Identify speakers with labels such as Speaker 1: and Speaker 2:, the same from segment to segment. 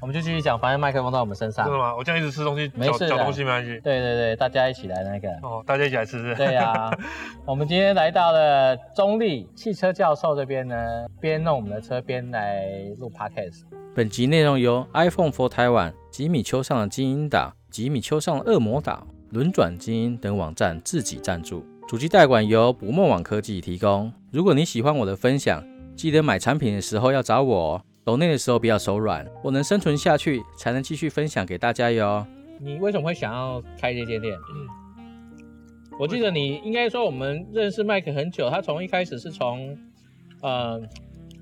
Speaker 1: 我们就继续讲，反正麦克风在我们身上
Speaker 2: 真。的吗？我这样一直吃东西，
Speaker 1: 没
Speaker 2: 嚼
Speaker 1: 事的
Speaker 2: 嚼东西没关系。
Speaker 1: 对对对，大家一起来那个。
Speaker 2: 哦，大家一起来吃吃。
Speaker 1: 对呀、我们今天来到了中立汽车教授这边呢，边弄我们的车边来录 podcast。
Speaker 3: 本集内容由 iPhone for Taiwan、吉米丘上的精英岛、吉米丘上的恶魔岛、轮转精英等网站自己赞助，主机代管由捕梦网科技提供。如果你喜欢我的分享，记得买产品的时候要找我哦。抖内的时候不要手软，我能生存下去，才能继续分享给大家哟。
Speaker 1: 你为什么会想要开这间店？我记得你应该说我们认识麦克很久，他从一开始是从呃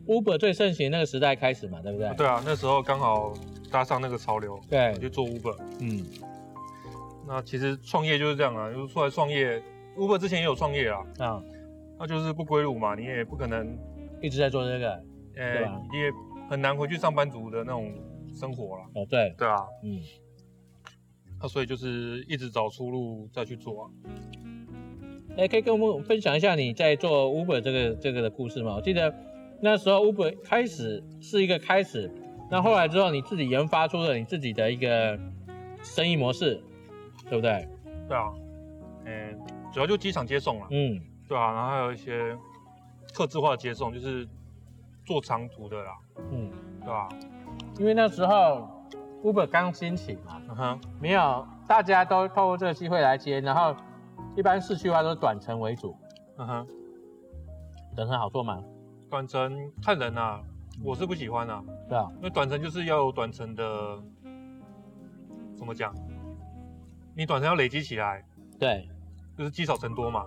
Speaker 1: Uber 最盛行那个时代开始嘛，对不对？
Speaker 2: 对啊，那时候刚好搭上那个潮流，我
Speaker 1: 对，
Speaker 2: 就做 Uber。
Speaker 1: 嗯，
Speaker 2: 那其实创业就是这样啊，就是出来创业，Uber 之前也有创业啊，
Speaker 1: 啊，
Speaker 2: 那就是不归路嘛，你也不可能，
Speaker 1: 一直在做这个。
Speaker 2: 呃
Speaker 1: 对啊，
Speaker 2: 你也很难回去上班族的那种生活啦。
Speaker 1: 哦，对，
Speaker 2: 对啊，
Speaker 1: 嗯，
Speaker 2: 那所以就是一直找出路再去做啊。
Speaker 1: 哎，可以跟我们分享一下你在做 Uber 这个这个的故事吗？我记得那时候 Uber 开始是一个开始，那后来之后你自己研发出了你自己的一个生意模式，对不对？
Speaker 2: 对啊，呃，主要就机场接送啦。
Speaker 1: 嗯，
Speaker 2: 对啊，然后还有一些客制化接送，就是做长途的啦。
Speaker 1: 嗯，
Speaker 2: 对啊吧、
Speaker 1: 因为那时候 Uber 刚兴起嘛，
Speaker 2: 嗯哼，
Speaker 1: 没有大家都透过这个机会来接，然后一般市区化都是短程为主，
Speaker 2: 嗯哼，
Speaker 1: 短程好做嘛，
Speaker 2: 短程看人啊，
Speaker 1: 嗯
Speaker 2: 我是不喜欢啊，
Speaker 1: 对啊，
Speaker 2: 因为短程就是要有短程的，怎么讲？你短程要累积起来，
Speaker 1: 对，
Speaker 2: 就是积少成多嘛，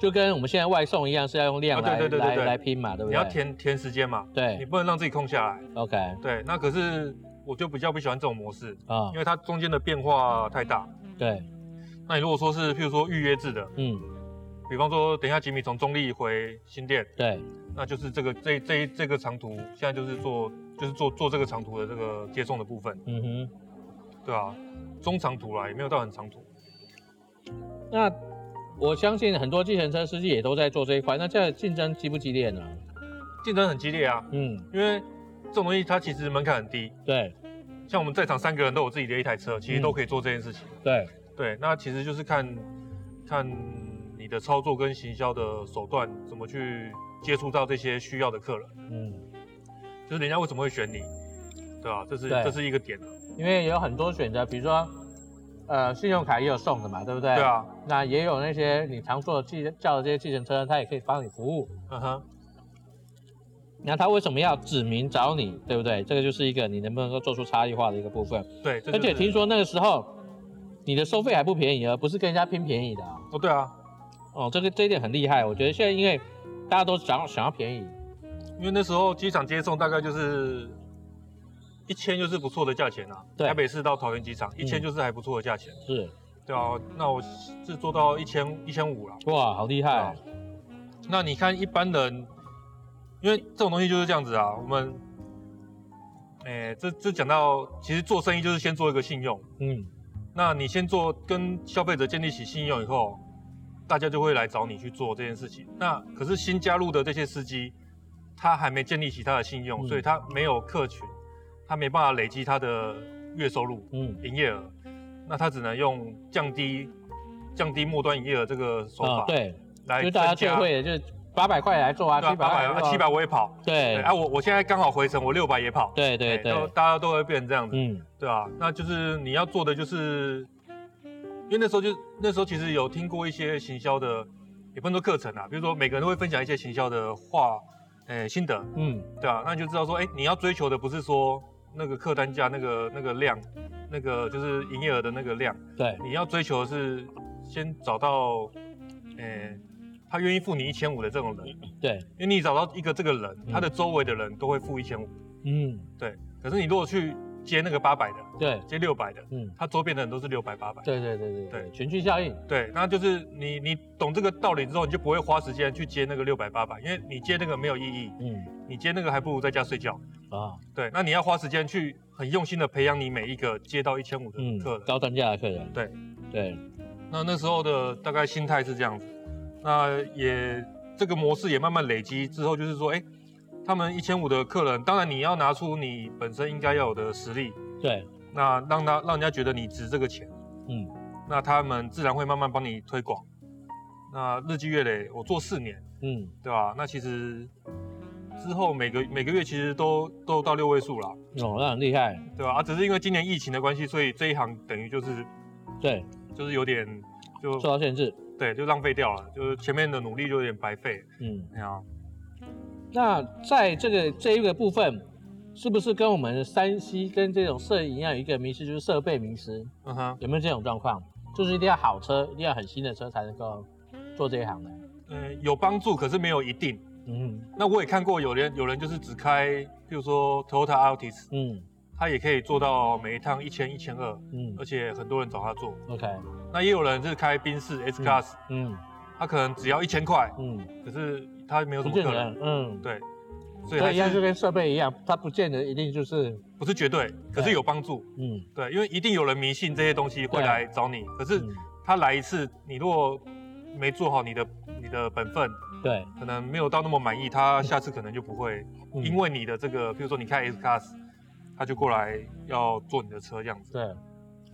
Speaker 1: 就跟我们现在外送一样，是要用量
Speaker 2: 啊对
Speaker 1: 来、
Speaker 2: 对对对对
Speaker 1: 来来拼嘛，对不
Speaker 2: 你
Speaker 1: 对？
Speaker 2: 要填填时间嘛，你
Speaker 1: 对
Speaker 2: 不能让自己空下来。
Speaker 1: ，OK 啊、
Speaker 2: 对，那可是我就比较不喜欢这种模式，
Speaker 1: 哦
Speaker 2: 因为它中间的变化太大。
Speaker 1: 嗯对，
Speaker 2: 那你如果说是譬如说预约制的，
Speaker 1: 嗯，
Speaker 2: 比方说等一下吉米从中立回新店，
Speaker 1: 对。
Speaker 2: 那就是这个这这这个长途，现在就是做就是做做这个长途的这个接送的部分，
Speaker 1: 嗯哼，
Speaker 2: 对啊，中长途啦，也没有到很长途。
Speaker 1: 那我相信很多计程车司机也都在做这一块，那这样竞争激不激烈呢？
Speaker 2: 竞争很激烈啊，
Speaker 1: 嗯，
Speaker 2: 因为这种东西它其实门槛很低，
Speaker 1: 对
Speaker 2: 像我们在场三个人都有自己的一台车，其实
Speaker 1: 嗯
Speaker 2: 都可以做这件事情。
Speaker 1: 对，
Speaker 2: 对，那其实就是看看你的操作跟行销的手段怎么去接触到这些需要的客人，
Speaker 1: 嗯，
Speaker 2: 就是人家为什么会选你，对啊，这是
Speaker 1: 对
Speaker 2: 这是一个点啊，
Speaker 1: 因为有很多选择，比如说，呃，信用卡也有送的嘛，对不对？
Speaker 2: 对。啊，
Speaker 1: 那也有那些你常坐的计叫的这些计程车，它也可以帮你服务。
Speaker 2: 嗯哼，
Speaker 1: 那他为什么要指名找你，对不对？这个就是一个你能不能够做出差异化的一个部分。
Speaker 2: 对，这
Speaker 1: 而且
Speaker 2: 就是
Speaker 1: 听说那个时候，你的收费还不便宜，而不是跟人家拼便宜的啊、
Speaker 2: 哦，对啊，
Speaker 1: 哦，这个这一点很厉害。我觉得现在因为大家都想要想要便宜，
Speaker 2: 因为那时候机场接送大概就是一千，就是不错的价钱啊。
Speaker 1: 对
Speaker 2: 台北市到桃园机场一千
Speaker 1: 嗯
Speaker 2: 就是还不错的价钱，
Speaker 1: 是
Speaker 2: 对啊。那我是做到一千一千五了。
Speaker 1: 哇，好厉
Speaker 2: 对
Speaker 1: 害
Speaker 2: 啊。那你看一般人，因为这种东西就是这样子啊，我们，哎、这这讲到其实做生意就是先做一个信用，
Speaker 1: 嗯，
Speaker 2: 那你先做跟消费者建立起信用以后，大家就会来找你去做这件事情。那可是新加入的这些司机，他还没建立起他的信
Speaker 1: 嗯
Speaker 2: 用，所以他没有客群，他没办法累积他的月收入、
Speaker 1: 嗯，
Speaker 2: 营业额，那他只能用降低降低末端营业额这个手
Speaker 1: 啊、
Speaker 2: 法、
Speaker 1: 对，
Speaker 2: 来
Speaker 1: 就是
Speaker 2: 增
Speaker 1: 大家最
Speaker 2: 加。
Speaker 1: 会的就是八百块来做啊，
Speaker 2: 对啊，
Speaker 1: 七
Speaker 2: 八百
Speaker 1: 百
Speaker 2: 啊，七百，我也跑。
Speaker 1: 对
Speaker 2: 对啊，我我现在刚好回程，我六百也跑。
Speaker 1: 对对
Speaker 2: 哎都
Speaker 1: 对，
Speaker 2: 大家都会变成这样子。
Speaker 1: 嗯
Speaker 2: 对啊，那就是你要做的就是，因为那时候就那时候其实有听过一些行销的，也不能说课程啊，比如说每个人都会分享一些行销的话，诶、心得，
Speaker 1: 嗯，
Speaker 2: 对啊，那你就知道说，哎、你要追求的不是说那个客单价、那个那个量、那个就是营业额的那个量，
Speaker 1: 对，
Speaker 2: 你要追求的是先找到，诶、他愿意付你一千五的这种人，
Speaker 1: 对，
Speaker 2: 因为你找到一个这个人，
Speaker 1: 嗯
Speaker 2: 他的周围的人都会付一千五，
Speaker 1: 嗯
Speaker 2: 对。可是你如果去接那个八百的，
Speaker 1: 对，
Speaker 2: 接六百的，
Speaker 1: 嗯
Speaker 2: 他周边的人都是六百八百。
Speaker 1: 对对对对对，
Speaker 2: 对
Speaker 1: 群聚效应，
Speaker 2: 对，那就是你你懂这个道理之后，你就不会花时间去接那个六百八百，因为你接那个没有意义，
Speaker 1: 嗯
Speaker 2: 你接那个还不如在家睡觉。
Speaker 1: 啊，
Speaker 2: 对，那你要花时间去很用心的培养你每一个接到一千五的
Speaker 1: 嗯
Speaker 2: 客，人。
Speaker 1: 高单价的客人，
Speaker 2: 对
Speaker 1: 对，
Speaker 2: 那那时候的大概心态是这样子，那也这个模式也慢慢累积之后，就是说，哎，他们一千五的客人，当然你要拿出你本身应该要有的实力，
Speaker 1: 对，
Speaker 2: 那让他让人家觉得你值这个钱，
Speaker 1: 嗯，
Speaker 2: 那他们自然会慢慢帮你推广。那日积月累，我做四年，
Speaker 1: 嗯
Speaker 2: 对吧？那其实之后每个每个月其实都都到六位数啦，
Speaker 1: 哦，那很厉害，
Speaker 2: 对吧？啊，只是因为今年疫情的关系，所以这一行等于就是
Speaker 1: 对，
Speaker 2: 就是有点就
Speaker 1: 受到限制，
Speaker 2: 对，就浪费掉了，就是前面的努力就有点白费，
Speaker 1: 嗯。
Speaker 2: 对啊。
Speaker 1: 那在这个这一个部分，是不是跟我们山西跟这种摄影一样，有一个迷失就是设备迷失？
Speaker 2: 嗯哼，
Speaker 1: 有没有这种状况？就是一定要好车，一定要很新的车才能够做这一行的。
Speaker 2: 呃，有帮助，可是没有一定。
Speaker 1: 嗯
Speaker 2: 那我也看过有人有人就是只开，譬如说 Toyota Altis，
Speaker 1: 嗯
Speaker 2: 他也可以做到每一趟一千一千二，
Speaker 1: 嗯
Speaker 2: 而且很多人找他做。
Speaker 1: ，OK，
Speaker 2: 那也有人是开宾士 S Class，、
Speaker 1: 嗯
Speaker 2: 他可能只要一千块，
Speaker 1: 嗯，
Speaker 2: 可是他没有什
Speaker 1: 不
Speaker 2: 么
Speaker 1: 见
Speaker 2: 客
Speaker 1: 得
Speaker 2: 人，，
Speaker 1: 嗯，
Speaker 2: 对，所
Speaker 1: 对，
Speaker 2: 以
Speaker 1: 一
Speaker 2: 还
Speaker 1: 样就是跟设备一样，它不见得一定就是，
Speaker 2: 不是绝对，可是有帮助。
Speaker 1: 嗯
Speaker 2: 对，因为一定有人迷信这些东西
Speaker 1: 对
Speaker 2: 会
Speaker 1: 啊
Speaker 2: 来找你，可是
Speaker 1: 嗯，
Speaker 2: 他来一次，你如果没做好你的你的本分，
Speaker 1: 对，
Speaker 2: 可能没有到那么满意，他下次可能就不会
Speaker 1: 哦嗯
Speaker 2: 因为你的这个，比如说你开 S Class，他就过来要坐你的车这样子，
Speaker 1: 对，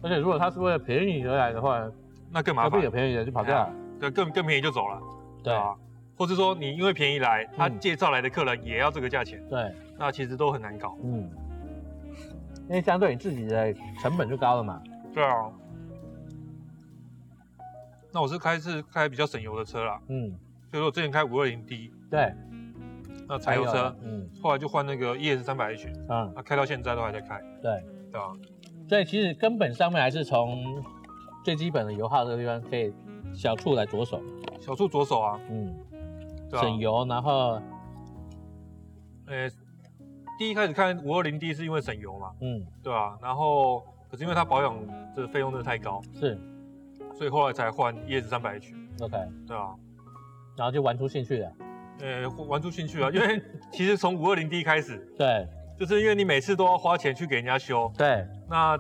Speaker 1: 而且如果他是为了便宜而来的话，
Speaker 2: 那更
Speaker 1: 何
Speaker 2: 麻
Speaker 1: 必
Speaker 2: 烦
Speaker 1: 有，便宜的就跑掉了？
Speaker 2: 对，更更便宜就走了，
Speaker 1: 对
Speaker 2: 啊，或是说你因为便宜来，他
Speaker 1: 嗯
Speaker 2: 介绍来的客人也要这个价钱，
Speaker 1: 对，
Speaker 2: 那其实都很难搞，
Speaker 1: 嗯，因为相对你自己的成本就高了嘛。
Speaker 2: 对啊。那我是开是开比较省油的车啦，
Speaker 1: 嗯，
Speaker 2: 所以说我之前开五二零 D，
Speaker 1: 对，
Speaker 2: 那柴油车，，
Speaker 1: 嗯
Speaker 2: 后来就换那个 ES 三百 H，
Speaker 1: 嗯，
Speaker 2: 那开到现在都还在开，
Speaker 1: 对，
Speaker 2: 对啊，
Speaker 1: 所以其实根本上面还是从最基本的油耗这个地方可以小处来着手，
Speaker 2: 小处着手啊，
Speaker 1: 嗯，
Speaker 2: 对啊，
Speaker 1: 省油，然后
Speaker 2: 呃，第一开始看五二零 D 是因为省油嘛，
Speaker 1: 嗯
Speaker 2: 对啊，然后可是因为它保养这费用真的太高，
Speaker 1: 是
Speaker 2: 所以后来才换 ES 三百 H，
Speaker 1: OK，
Speaker 2: 对啊，
Speaker 1: 然后就玩出兴趣了，
Speaker 2: 呃，玩出兴趣啊，因为 其实从五二零 D 开始，
Speaker 1: 对
Speaker 2: 就是因为你每次都要花钱去给人家修，
Speaker 1: 对，
Speaker 2: 那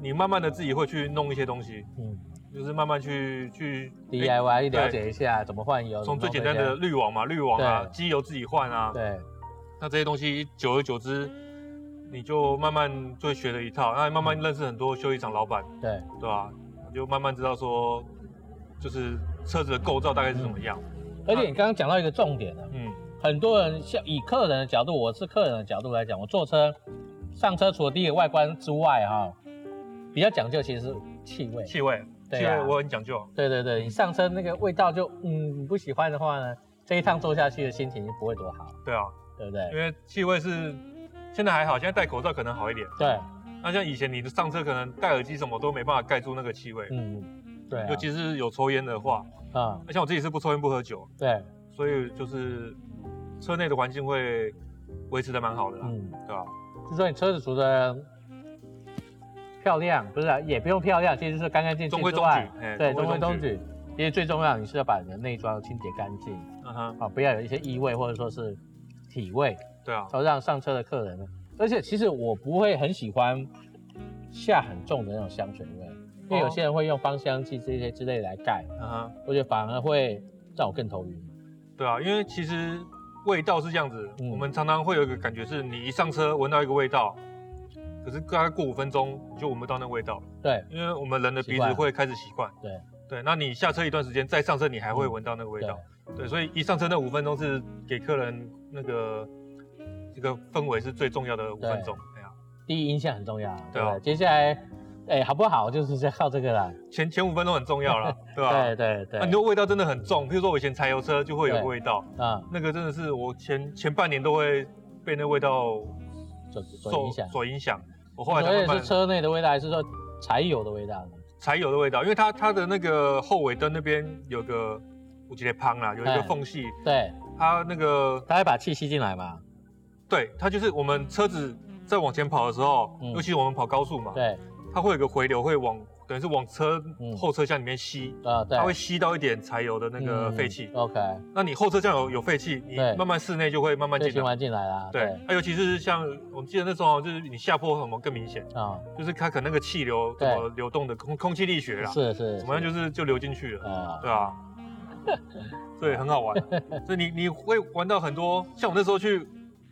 Speaker 2: 你慢慢的自己会去弄一些东西，
Speaker 1: 嗯
Speaker 2: 就是慢慢去去哎
Speaker 1: ，DIY 了解一下怎么换油，
Speaker 2: 从最
Speaker 1: 怎
Speaker 2: 简
Speaker 1: 么弄
Speaker 2: 单的滤网嘛，滤网啊，
Speaker 1: 对
Speaker 2: 机油自己换啊，
Speaker 1: 这些，
Speaker 2: 那这些东西久而久之，你就慢慢就会学了一套，那慢慢认识很多修理厂老板，
Speaker 1: 对对，
Speaker 2: 对吧、你就慢慢知道说，就是车子的构造大概是怎么样。
Speaker 1: 而且你刚刚讲到一个重点啊，
Speaker 2: 嗯，
Speaker 1: 很多人像以客人的角度，我是客人的角度来讲，我坐车上车除了第一个外观之外哈、比较讲究其实是气味，
Speaker 2: 气味，
Speaker 1: 对
Speaker 2: 气
Speaker 1: 啊
Speaker 2: 味我很讲究。
Speaker 1: 对对对，你上车那个味道就嗯你不喜欢的话呢，这一趟坐下去的心情就不会多好，
Speaker 2: 对啊，
Speaker 1: 对不
Speaker 2: 因
Speaker 1: 对？
Speaker 2: 为气味是现在还好，现在戴口罩可能好一点。
Speaker 1: 对，
Speaker 2: 那像以前你上车可能戴耳机什么都没办法盖住那个气味，
Speaker 1: 嗯，对啊
Speaker 2: 尤其是有抽烟的话，
Speaker 1: 啊、
Speaker 2: 那像我自己是不抽烟不喝酒，
Speaker 1: 对，
Speaker 2: 所以就是车内的环境会维持的蛮好的啦，
Speaker 1: 嗯，
Speaker 2: 对吧、啊
Speaker 1: 就说你车子除了漂亮，不是、啊、也不用漂亮，其实就是干干净净
Speaker 2: 中规
Speaker 1: 之
Speaker 2: 中矩
Speaker 1: 外，，
Speaker 2: 哎
Speaker 1: 嗯对，中规中。矩。因为最重要，你是要把你的内装清洁干净
Speaker 2: 嗯哼，
Speaker 1: 啊，不要有一些异味或者说是体味，
Speaker 2: 对啊，
Speaker 1: 然后让上车的客人呢。而且其实我不会很喜欢下很重的那种香水味，因为有些人会用芳香剂这些之类来盖，
Speaker 2: 嗯哼。
Speaker 1: 我觉得反而会让我更头晕。
Speaker 2: 对啊，因为其实味道是这样子，
Speaker 1: 嗯
Speaker 2: 我们常常会有一个感觉是，你一上车闻到一个味道，可是大概过五分钟你就闻不到那个味道了，
Speaker 1: 对
Speaker 2: 因为我们人的
Speaker 1: 习
Speaker 2: 鼻
Speaker 1: 惯
Speaker 2: 子
Speaker 1: 了
Speaker 2: 会开始习惯。
Speaker 1: 对
Speaker 2: 对，那你下车一段时间再上车，你还会闻到那个味
Speaker 1: 对
Speaker 2: 道。对，所以一上车那五分钟是给客人那个这个氛围是最重要的五分钟。哎呀，
Speaker 1: 第一印象很重要，对
Speaker 2: 对啊
Speaker 1: 不对？接下来，哎、好不好就是在靠这个啦。
Speaker 2: 前前五分钟很重要 了，对吧、
Speaker 1: 对对对，
Speaker 2: 啊，你说味道真的很重，譬如说我以前柴油车就会有
Speaker 1: 对
Speaker 2: 个味道，
Speaker 1: 啊，
Speaker 2: 那个真的是我前前半年都会被那味道
Speaker 1: 所所
Speaker 2: 受
Speaker 1: 影响，
Speaker 2: 所影响。我后来才
Speaker 1: 所
Speaker 2: 慢
Speaker 1: 以
Speaker 2: 慢
Speaker 1: 是车内的味道还是说柴油的味道呢？
Speaker 2: 柴油的味道，因为它它的那个后尾灯那边有个我记得胖啦，有一
Speaker 1: 哎
Speaker 2: 个缝隙，
Speaker 1: 对，
Speaker 2: 它那个
Speaker 1: 它会把气吸进来嘛？
Speaker 2: 对它就是我们车子在往前跑的时候，
Speaker 1: 嗯
Speaker 2: 尤其我们跑高速嘛，
Speaker 1: 对，
Speaker 2: 它会有个回流会往等于是往车
Speaker 1: 嗯
Speaker 2: 后车厢里面吸，
Speaker 1: 啊、对，
Speaker 2: 它会吸到一点柴油的那个废气。
Speaker 1: 嗯 OK，
Speaker 2: 那你后车厢有有废气，你
Speaker 1: 对
Speaker 2: 慢慢室内就会慢慢
Speaker 1: 就
Speaker 2: 进
Speaker 1: 循
Speaker 2: 来。
Speaker 1: 环进来啦。
Speaker 2: 对，啊那尤其是像我们记得那时候就是你下坡什么更明显，
Speaker 1: 啊、
Speaker 2: 就是它可能那个气流怎
Speaker 1: 对
Speaker 2: 么流动的空空气力学啦，
Speaker 1: 是是，
Speaker 2: 怎么样
Speaker 1: 是
Speaker 2: 就是就流进去了，
Speaker 1: 啊、
Speaker 2: 对 啊，所以很好玩。所以你你会玩到很多，像我那时候去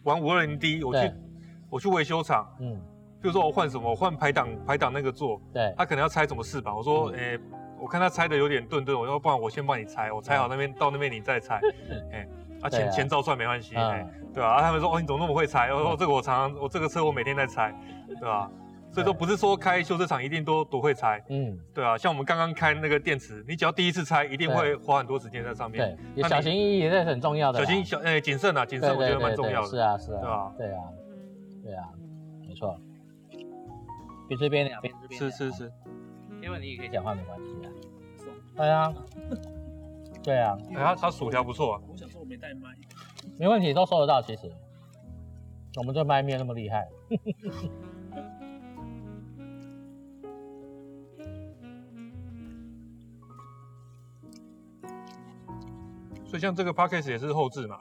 Speaker 2: 玩五二零 D，我去
Speaker 1: 对
Speaker 2: 我去维修厂，
Speaker 1: 嗯，
Speaker 2: 比如说我换什么，我换排档排档那个做，
Speaker 1: 对
Speaker 2: 他可能要猜怎么试吧。我
Speaker 1: 嗯
Speaker 2: 说，诶、我看他猜的有点顿顿，我要不然我先帮你猜，我猜好那边到那边你再 猜，哎、啊
Speaker 1: 嗯对
Speaker 2: 钱
Speaker 1: 啊
Speaker 2: 钱照算没关系，哎、
Speaker 1: 啊，
Speaker 2: 对啊，啊他们说哦你怎么那么会猜？我说、哦、这个我常常我这个车我每天在猜，对啊，所以说不是说开修车厂一定都都会猜，
Speaker 1: 嗯，
Speaker 2: 对啊，像我们刚刚开那个电池，你只要第一次拆，一定会花很多时间在上面
Speaker 1: 对，，也小心翼翼这是很重要的
Speaker 2: 小
Speaker 1: 啦，
Speaker 2: 心小诶谨慎啊，谨
Speaker 1: 对
Speaker 2: 慎
Speaker 1: 对
Speaker 2: 我觉
Speaker 1: 对
Speaker 2: 得
Speaker 1: 对
Speaker 2: 蛮重要
Speaker 1: 是
Speaker 2: 的。
Speaker 1: 啊是
Speaker 2: 对
Speaker 1: 啊
Speaker 2: 吧，
Speaker 1: 对啊，对啊，没错。边这边两边这边
Speaker 2: 是
Speaker 1: 两
Speaker 2: 是是，
Speaker 1: 因为你也可以讲话没关系啊。对啊，对啊，
Speaker 2: 哎他他薯条不错啊，
Speaker 4: 我想说我没带麦，
Speaker 1: 没问题，都收得到。其实我们这麦面那么厉害，
Speaker 2: 所以像这个 podcast 也是后置嘛，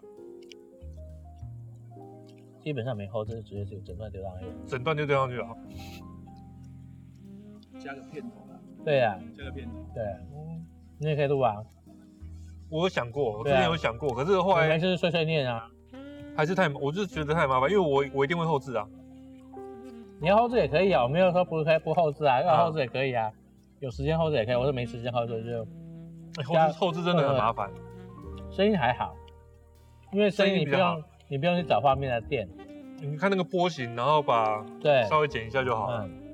Speaker 1: 基本上没后置，直接就整段流浪页。
Speaker 2: 整段就丢上去了啊。
Speaker 4: 加个片头啦，
Speaker 1: 对啊，
Speaker 4: 加个片头。
Speaker 1: 对啊，
Speaker 2: 嗯
Speaker 1: 你也可以录啊。
Speaker 2: 我有想过，我之
Speaker 1: 对啊
Speaker 2: 前有想过，可是后
Speaker 1: 你没
Speaker 2: 来
Speaker 1: 事碎碎念啊，
Speaker 2: 还是太，我就是觉得太麻烦，因为我我一定会后置啊。
Speaker 1: 你要后置也可以啊，我没有说不可以不后置啊，要
Speaker 2: 啊
Speaker 1: 后置也可以啊，有时间后置也可以。我说没时间后置就
Speaker 2: 哎后
Speaker 1: 加
Speaker 2: 置后置真的很麻烦，
Speaker 1: 声音还好，因为声音你不
Speaker 2: 声音
Speaker 1: 用你不用去找画面来垫，
Speaker 2: 你看那个波形，然后把
Speaker 1: 对，
Speaker 2: 稍微剪一下就好了。
Speaker 1: 嗯，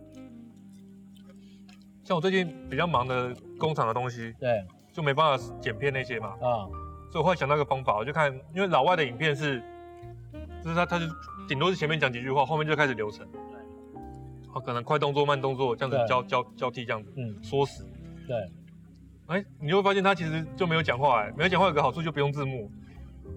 Speaker 2: 像我最近比较忙的工厂的东西，
Speaker 1: 对
Speaker 2: 就没办法剪片那些嘛，
Speaker 1: 啊，
Speaker 2: 所以我后来想到一个方法，我就看，因为老外的影片是，就是他他就顶多是前面讲几句话，后面就开始流程，哦，可能快动作慢动作这样子
Speaker 1: 对
Speaker 2: 交交交替这样子
Speaker 1: 嗯，
Speaker 2: 缩时。
Speaker 1: 对
Speaker 2: 哎，你就会发现他其实就没有讲话，哎，没有讲话有个好处就不用字幕，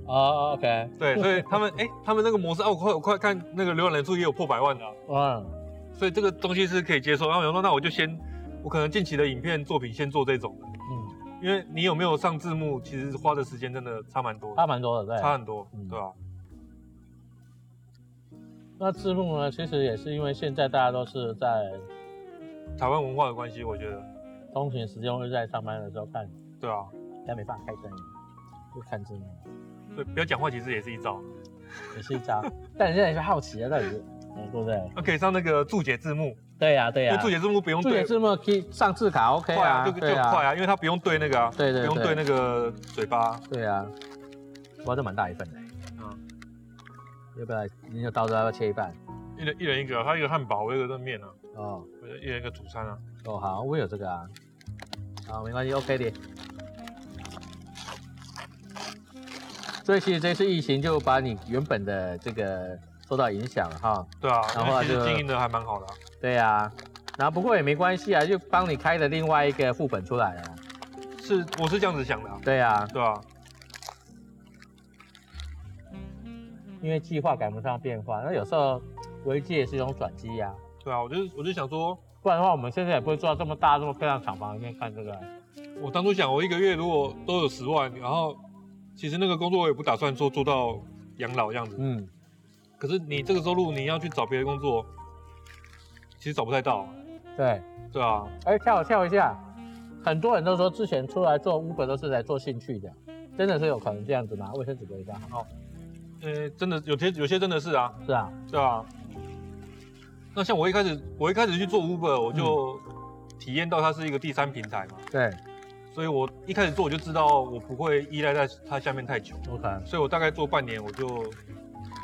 Speaker 1: 哦 o k
Speaker 2: 对，所以他们哎，他们那个模式，哦，我快我快看那个浏览人数也有破百万的啊、
Speaker 1: 嗯，
Speaker 2: 所以这个东西是可以接受。然后我想说，那我就先，我可能近期的影片作品先做这种的，
Speaker 1: 嗯，
Speaker 2: 因为你有没有上字幕，其实花的时间真的差蛮多的
Speaker 1: 差蛮多的，对，
Speaker 2: 差很多
Speaker 1: 嗯，
Speaker 2: 对吧、
Speaker 1: 那字幕呢，其实也是因为现在大家都是在
Speaker 2: 台湾文化的关系，我觉得，
Speaker 1: 通勤时间或者在上班的时候看，
Speaker 2: 对啊，
Speaker 1: 但没办法开声音，就看字幕
Speaker 2: 对，不要讲话其实也是一招。
Speaker 1: 也是一 招。但人家也是好奇啊，到底是，哎对不对？
Speaker 2: 那可以上那个注解字幕，
Speaker 1: 对呀、对
Speaker 2: 因
Speaker 1: 呀、
Speaker 2: 为哎注解字幕不用
Speaker 1: 注解
Speaker 2: 对，
Speaker 1: 字幕可以上字卡 OK
Speaker 2: 快
Speaker 1: 啊，
Speaker 2: 就就
Speaker 1: 对啊，
Speaker 2: 快啊，因为它不用对那个啊，
Speaker 1: 对对
Speaker 2: 不用
Speaker 1: 对
Speaker 2: 对那个嘴巴，
Speaker 1: 对啊，哇，这蛮大一份的。嗯，要不要？你有刀子要不要切一半？
Speaker 2: 一人一人一个啊，它一个汉堡，我一个炖面啊，
Speaker 1: 哦
Speaker 2: 我一人一个主餐啊。
Speaker 1: 哦，好，我有这个啊。好，没关系，OK 的。所以其实这次疫情就把你原本的这个受到影响了哈。
Speaker 2: 对啊，
Speaker 1: 然后
Speaker 2: 因
Speaker 1: 啊
Speaker 2: 为其
Speaker 1: 就
Speaker 2: 实经营的还蛮好的啊、
Speaker 1: 对啊，然后不过也没关系啊，就帮你开了另外一个副本出来了啊。
Speaker 2: 是我是这样子想的、啊，
Speaker 1: 对啊，
Speaker 2: 对啊，
Speaker 1: 因为计划赶不上变化，那有时候危机也是一种转机呀、啊。
Speaker 2: 对啊，我就是我就想说，
Speaker 1: 不然的话，我们现在也不会做到这么大、这么漂亮厂房里面看这个啊。
Speaker 2: 我当初想我一个月如果都有十万，然后其实那个工作我也不打算说做到养老这样子，
Speaker 1: 嗯，
Speaker 2: 可是你这个收入你要去找别的工作，其实找不太到，
Speaker 1: 对。
Speaker 2: 对啊，
Speaker 1: 哎，跳跳一下，很多人都说之前出来做 Uber 都是来做兴趣的，真的是有可能这样子吗？卫生纸给一下，哦，
Speaker 2: 呃，真的有些有些真的是啊，
Speaker 1: 是啊，
Speaker 2: 对啊。那像我一开始我一开始去做 Uber，我就体验到它是一个第三平台嘛，
Speaker 1: 对，嗯
Speaker 2: 所以我一开始做我就知道我不会依赖在它下面太久，
Speaker 1: 有可能，
Speaker 2: 所以我大概做半年我就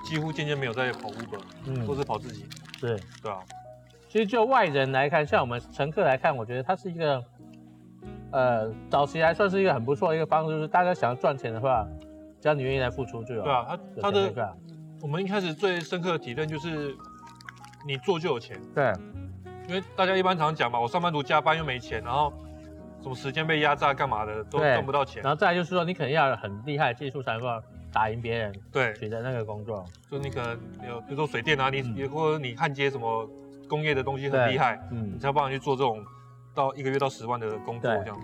Speaker 2: 几乎渐渐没有在跑 Uber，都
Speaker 1: 嗯，
Speaker 2: 是跑自己，
Speaker 1: 是。
Speaker 2: 对啊，
Speaker 1: 其实就外人来看，像我们乘客来看，我觉得它是一个，呃，早期还算是一个很不错的一个方式，就是大家想要赚钱的话，只要你愿意来付出就有，
Speaker 2: 对啊，它
Speaker 1: 有
Speaker 2: 它
Speaker 1: 钱可以
Speaker 2: 的
Speaker 1: 赚，
Speaker 2: 我们一开始最深刻的体验就是你做就有钱。
Speaker 1: 对，
Speaker 2: 因为大家一般常讲嘛，我上班族加班又没钱，然后什么时间被压榨干嘛的都
Speaker 1: 对
Speaker 2: 赚不到钱
Speaker 1: 然，后再来就是说，你可能要有很厉害的技术才能够打赢别人，
Speaker 2: 对，
Speaker 1: 取得那个工作，
Speaker 2: 就你可能有比如说水电啊，你、
Speaker 1: 嗯
Speaker 2: 或者你焊接什么工业的东西
Speaker 1: 对
Speaker 2: 很厉害，你
Speaker 1: 嗯
Speaker 2: 才有办法去做这种到一个月到十万的工作
Speaker 1: 对
Speaker 2: 这样，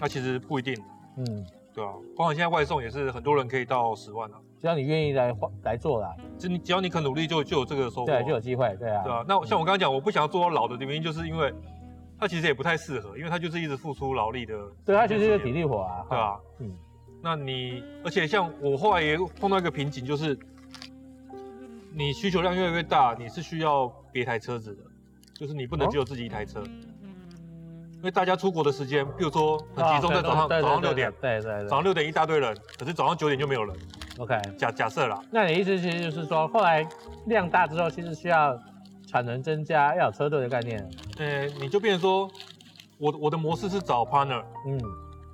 Speaker 2: 那其实不一定，
Speaker 1: 嗯，
Speaker 2: 对啊，包括现在外送也是很多人可以到十万啊，
Speaker 1: 只要你愿意来花来做啦，
Speaker 2: 就你只要你肯努力就就有这个收获，
Speaker 1: 对，就有机会，对啊，
Speaker 2: 哦对啊，那像我刚刚讲，我不想要做到老的原因，就是因为它其实也不太适合，因为它就是一直付出劳力的，
Speaker 1: 对，它其实就是体力活啊，
Speaker 2: 对啊，
Speaker 1: 嗯
Speaker 2: 那你而且像我后来也碰到一个瓶颈，就是你需求量越来越大，你是需要别台车子的，就是你不
Speaker 1: 哦
Speaker 2: 能只有自己一台车，因为大家出国的时间，比如说很集中在早上
Speaker 1: 哦对对对
Speaker 2: 早上六点，
Speaker 1: 对对对
Speaker 2: 早上六点一大堆人，可是早上九点就没有人。
Speaker 1: ，OK。
Speaker 2: 假假设啦，
Speaker 1: 那你的意思其实就是说，后来量大之后，其实需要产能增加，要有车队的概念。
Speaker 2: 呃，你就变成说，我我的模式是找 partner，
Speaker 1: 嗯，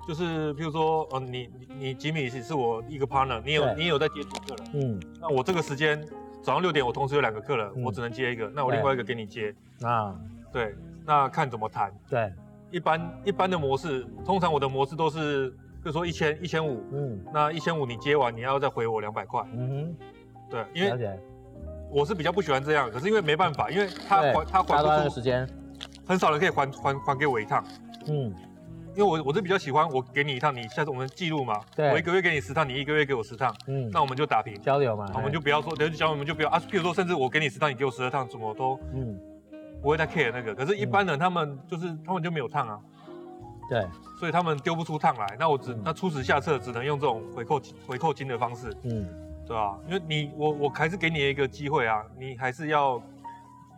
Speaker 2: 就是譬如说，呃，你你你吉米是是我一个 partner，你有
Speaker 1: 对
Speaker 2: 你也有在接触客人，
Speaker 1: 嗯，
Speaker 2: 那我这个时间早上六点，我同时有两个客人，
Speaker 1: 嗯
Speaker 2: 我只能接一个，那我另外一个给你接，
Speaker 1: 啊，
Speaker 2: 对，那看怎么谈。
Speaker 1: 对，
Speaker 2: 一般一般的模式，通常我的模式都是，比如说一千一千五，
Speaker 1: 嗯
Speaker 2: 那一千五你接完，你要再回我两百块，
Speaker 1: 嗯
Speaker 2: 对，因
Speaker 1: 哼，了
Speaker 2: 为
Speaker 1: 解。
Speaker 2: 我是比较不喜欢这样，可是因为没办法，因为他
Speaker 1: 对
Speaker 2: 还他
Speaker 1: 大家都
Speaker 2: 还
Speaker 1: 按
Speaker 2: 不
Speaker 1: 时
Speaker 2: 出，
Speaker 1: 间，
Speaker 2: 很少人可以还还还给我一趟，
Speaker 1: 嗯，
Speaker 2: 因为我我是比较喜欢我给你一趟，你下次我们记录嘛，
Speaker 1: 对
Speaker 2: 我一个月给你十趟，你一个月给我十趟，
Speaker 1: 嗯
Speaker 2: 那我们就打平，
Speaker 1: 交流嘛，
Speaker 2: 我们就不要说，等于讲我们就不要啊，譬如说甚至我给你十趟，你给我十二趟，怎么都
Speaker 1: 嗯，
Speaker 2: 不会再 care 那个，可是一般人他们就是、他们就没有烫啊，
Speaker 1: 对，
Speaker 2: 所以他们丢不出烫来，那我只、
Speaker 1: 嗯
Speaker 2: 那出此下策，只能用这种回扣回扣金的方式，
Speaker 1: 嗯，
Speaker 2: 对吧、因为你我我还是给你一个机会啊，你还是要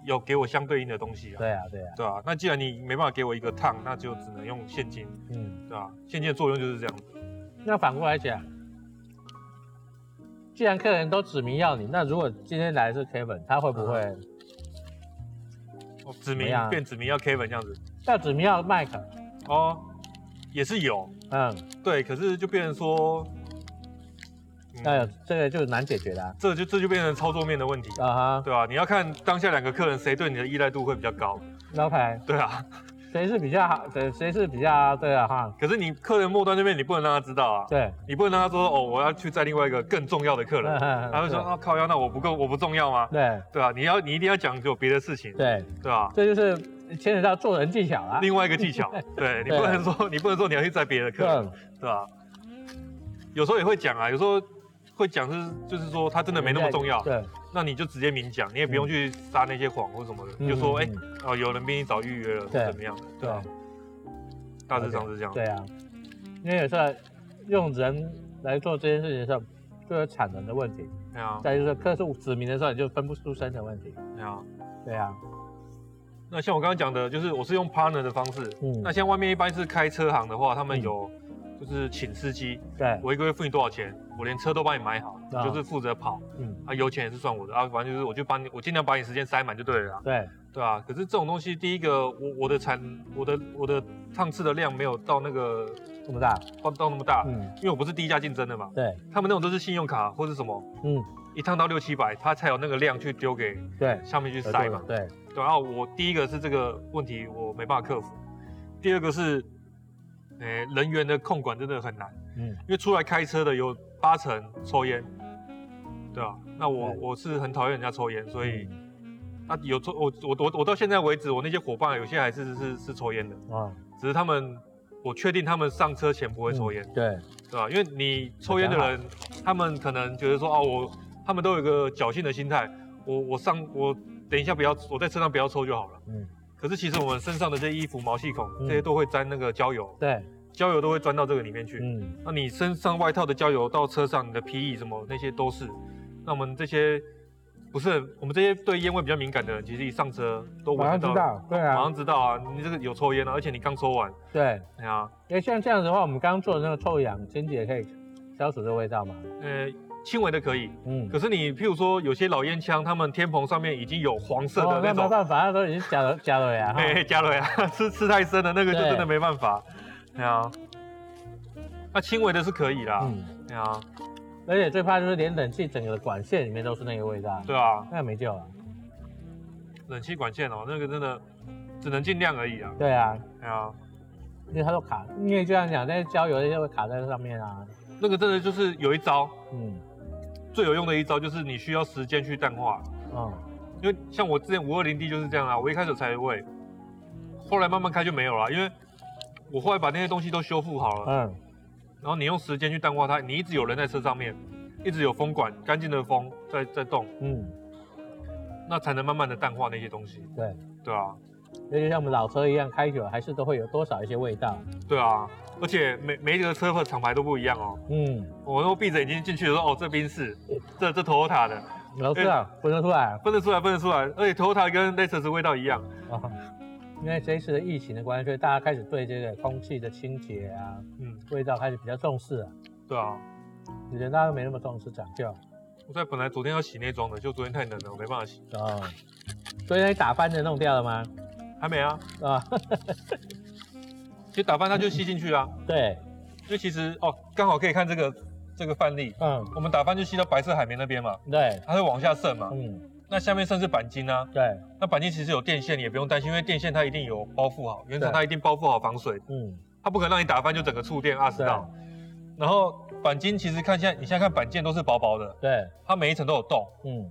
Speaker 2: 有给我相对应的东西啊，
Speaker 1: 对啊，对啊，
Speaker 2: 对吧、那既然你没办法给我一个烫，那就只能用现金，
Speaker 1: 嗯。
Speaker 2: 对吧、现金的作用就是这样子，
Speaker 1: 那反过来讲，既然客人都指名要你，那如果今天来的是 Kevin，他会不会、
Speaker 2: 嗯哦指
Speaker 1: 怎么
Speaker 2: 名
Speaker 1: 样
Speaker 2: 变指名要 Kevin 这样子，
Speaker 1: 要指名要 Mike？
Speaker 2: 哦，也是有，
Speaker 1: 嗯，
Speaker 2: 对，可是就变成说，嗯
Speaker 1: 那有这个就难解决啦、
Speaker 2: 这就这就变成操作面的问题。
Speaker 1: 啊。哈、
Speaker 2: 对吧、你要看当下两个客人谁对你的依赖度会比较高，
Speaker 1: o k
Speaker 2: 对啊。
Speaker 1: 谁是比较好？谁谁是比较对啊？哈，
Speaker 2: 可是你客人末端那边你不能让他知道啊，
Speaker 1: 对，
Speaker 2: 你不能让他说哦，我要去载另外一个更重要的客人，他会说啊靠腰，那我不够，我不重要吗？
Speaker 1: 对
Speaker 2: 对啊，你要你一定要讲究别的事情，
Speaker 1: 对，
Speaker 2: 对吧、
Speaker 1: 这就是牵扯到做人技巧啦。
Speaker 2: 另外一个技 巧，对你不能说你不能说你要去载别的客人，
Speaker 1: 嗯，
Speaker 2: 对吧、有时候也会讲啊，有时候会讲是就是说他真的没那么重要，
Speaker 1: 对，
Speaker 2: 那你就直接明讲，你也不用去撒那些谎或什么的，
Speaker 1: 嗯
Speaker 2: 就说哎、
Speaker 1: 嗯
Speaker 2: 哦有人比你早预约了，
Speaker 1: 对
Speaker 2: 怎么样的，对
Speaker 1: 对
Speaker 2: 啊，大致上是这样。
Speaker 1: 对啊，因为有时候用人来做这件事情的时候，就有产能的问题，
Speaker 2: 对啊，
Speaker 1: 再就是客户指名的时候，你就分不出身的问题。
Speaker 2: 对啊。
Speaker 1: 对啊，
Speaker 2: 那像我刚刚讲的，就是我是用 partner 的方式。
Speaker 1: 嗯
Speaker 2: 那像外面一般是开车行的话，他们
Speaker 1: 嗯
Speaker 2: 有就是请司机，
Speaker 1: 对，
Speaker 2: 我一个月付你多少钱，我连车都帮你买好，
Speaker 1: 啊
Speaker 2: 就是负责跑
Speaker 1: 嗯，
Speaker 2: 啊，油钱也是算我的啊，反正就是我就帮你，我尽量把你时间塞满就对了啦，
Speaker 1: 对，
Speaker 2: 对啊。可是这种东西，第一个我我的产我的我的趟次的量没有到那个
Speaker 1: 这么大，
Speaker 2: 到到那么大，
Speaker 1: 嗯，
Speaker 2: 因为我不是低价竞争的嘛，
Speaker 1: 对，
Speaker 2: 他们那种都是信用卡或是什么，
Speaker 1: 嗯，
Speaker 2: 一趟到六七百，他才有那个量去丢给
Speaker 1: 对，
Speaker 2: 下面去塞嘛。
Speaker 1: 啊对，
Speaker 2: 对然后我第一个是这个问题我没办法克服，第二个是，诶、人员的控管真的很难，
Speaker 1: 嗯，
Speaker 2: 因为出来开车的有八成抽烟，对啊，那我
Speaker 1: 对嗯
Speaker 2: 我是很讨厌人家抽烟，所以那、有抽我我我我到现在为止，我那些伙伴有些还是是是抽烟的，
Speaker 1: 啊，嗯
Speaker 2: 只是他们我确定他们上车前不会抽烟，
Speaker 1: 对，
Speaker 2: 对吧、因为你抽烟的人，他们可能觉得说，哦，我他们都有一个侥幸的心态，我我上我等一下不要，我在车上不要抽就好了。
Speaker 1: 嗯，
Speaker 2: 可是其实我们身上的这些衣服、毛细孔
Speaker 1: 嗯
Speaker 2: 这些都会沾那个焦油，
Speaker 1: 对，
Speaker 2: 焦油都会钻到这个里面去。
Speaker 1: 嗯，
Speaker 2: 那你身上外套的焦油到车上，你的皮衣什么那些都是。那我们这些不是很我们这些对烟味比较敏感的人，其实一上车都
Speaker 1: 马
Speaker 2: 闻
Speaker 1: 上
Speaker 2: 得
Speaker 1: 知
Speaker 2: 到，
Speaker 1: 道，对
Speaker 2: 马
Speaker 1: 啊，
Speaker 2: 上知道啊，你这个有抽烟啊，而且你刚抽完，
Speaker 1: 对，
Speaker 2: 哎呀、
Speaker 1: 因为像这样子的话，我们刚刚做的那个臭氧清洁可以消除这个味道嘛，
Speaker 2: 呃，轻微的可以，
Speaker 1: 嗯，
Speaker 2: 可是你，譬如说有些老烟枪，他们天棚上面已经有黄色
Speaker 1: 哦
Speaker 2: 的
Speaker 1: 没
Speaker 2: 那种，
Speaker 1: 办法，那都已经加了加了 呀，哈
Speaker 2: 哎、加了呀，吃吃太深了，那个就
Speaker 1: 对
Speaker 2: 真的没办法。对啊，那轻微的是可以啦。
Speaker 1: 嗯，
Speaker 2: 对啊，
Speaker 1: 而且最怕就是连冷气整个管线里面都是那个味道，
Speaker 2: 对啊，
Speaker 1: 那没救了。
Speaker 2: 冷气管线哦，那个真的只能尽量而已啊。
Speaker 1: 对啊，
Speaker 2: 对啊，
Speaker 1: 因为它都卡，因为就像讲那些胶油那些会卡在上面啊，
Speaker 2: 那个真的就是有一招
Speaker 1: 嗯，
Speaker 2: 最有用的一招，就是你需要时间去淡化。
Speaker 1: 嗯，
Speaker 2: 因为像我之前五二零 D 就是这样啊，我一开始才会，后来慢慢开就没有了，因为我后来把那些东西都修复好了。
Speaker 1: 嗯，
Speaker 2: 然后你用时间去淡化它，你一直有人在车上面，一直有风管干净的风在在动，
Speaker 1: 嗯，
Speaker 2: 那才能慢慢的淡化那些东西。
Speaker 1: 对，
Speaker 2: 对啊，
Speaker 1: 那就像我们老车一样，开久了还是都会有多少一些味道，
Speaker 2: 对啊，而且每每一个车的厂牌都不一样哦。
Speaker 1: 嗯，
Speaker 2: 我用闭着眼睛进去的时候，哦，这宾士，这这 Toyota 的，
Speaker 1: 老师啊，闻得出来啊。
Speaker 2: 分得出来，分得出来，而且 Toyota 跟 Lexus 味道一样，
Speaker 1: 哦因为这一次的疫情的关系，所以大家开始对这个空气的清洁啊、
Speaker 2: 嗯，
Speaker 1: 味道开始比较重视了。
Speaker 2: 对啊。
Speaker 1: 以前大家都没那么重视讲究
Speaker 2: 我在本来昨天要洗内装的，就昨天太冷了，我没办法洗。
Speaker 1: 哦，所以那你打翻的弄掉了吗？
Speaker 2: 还没啊，
Speaker 1: 啊，
Speaker 2: 其实打翻它就吸进去啦、
Speaker 1: 对，
Speaker 2: 因为其实哦，刚好可以看这个这个范例，
Speaker 1: 嗯，
Speaker 2: 我们打翻就吸到白色海绵那边嘛，
Speaker 1: 对，
Speaker 2: 它会往下渗嘛。
Speaker 1: 嗯，
Speaker 2: 那下面甚至钣金啊，
Speaker 1: 对，
Speaker 2: 那钣金其实有电线，你也不用担心，因为电线它一定有包覆好，原厂
Speaker 1: 对
Speaker 2: 它一定包覆好防水，
Speaker 1: 嗯，
Speaker 2: 它不可能让你打翻就整个触电二十
Speaker 1: 对
Speaker 2: 道。然后钣金其实看现在，你现在看板件都是薄薄的，
Speaker 1: 对，
Speaker 2: 它每一层都有洞，
Speaker 1: 嗯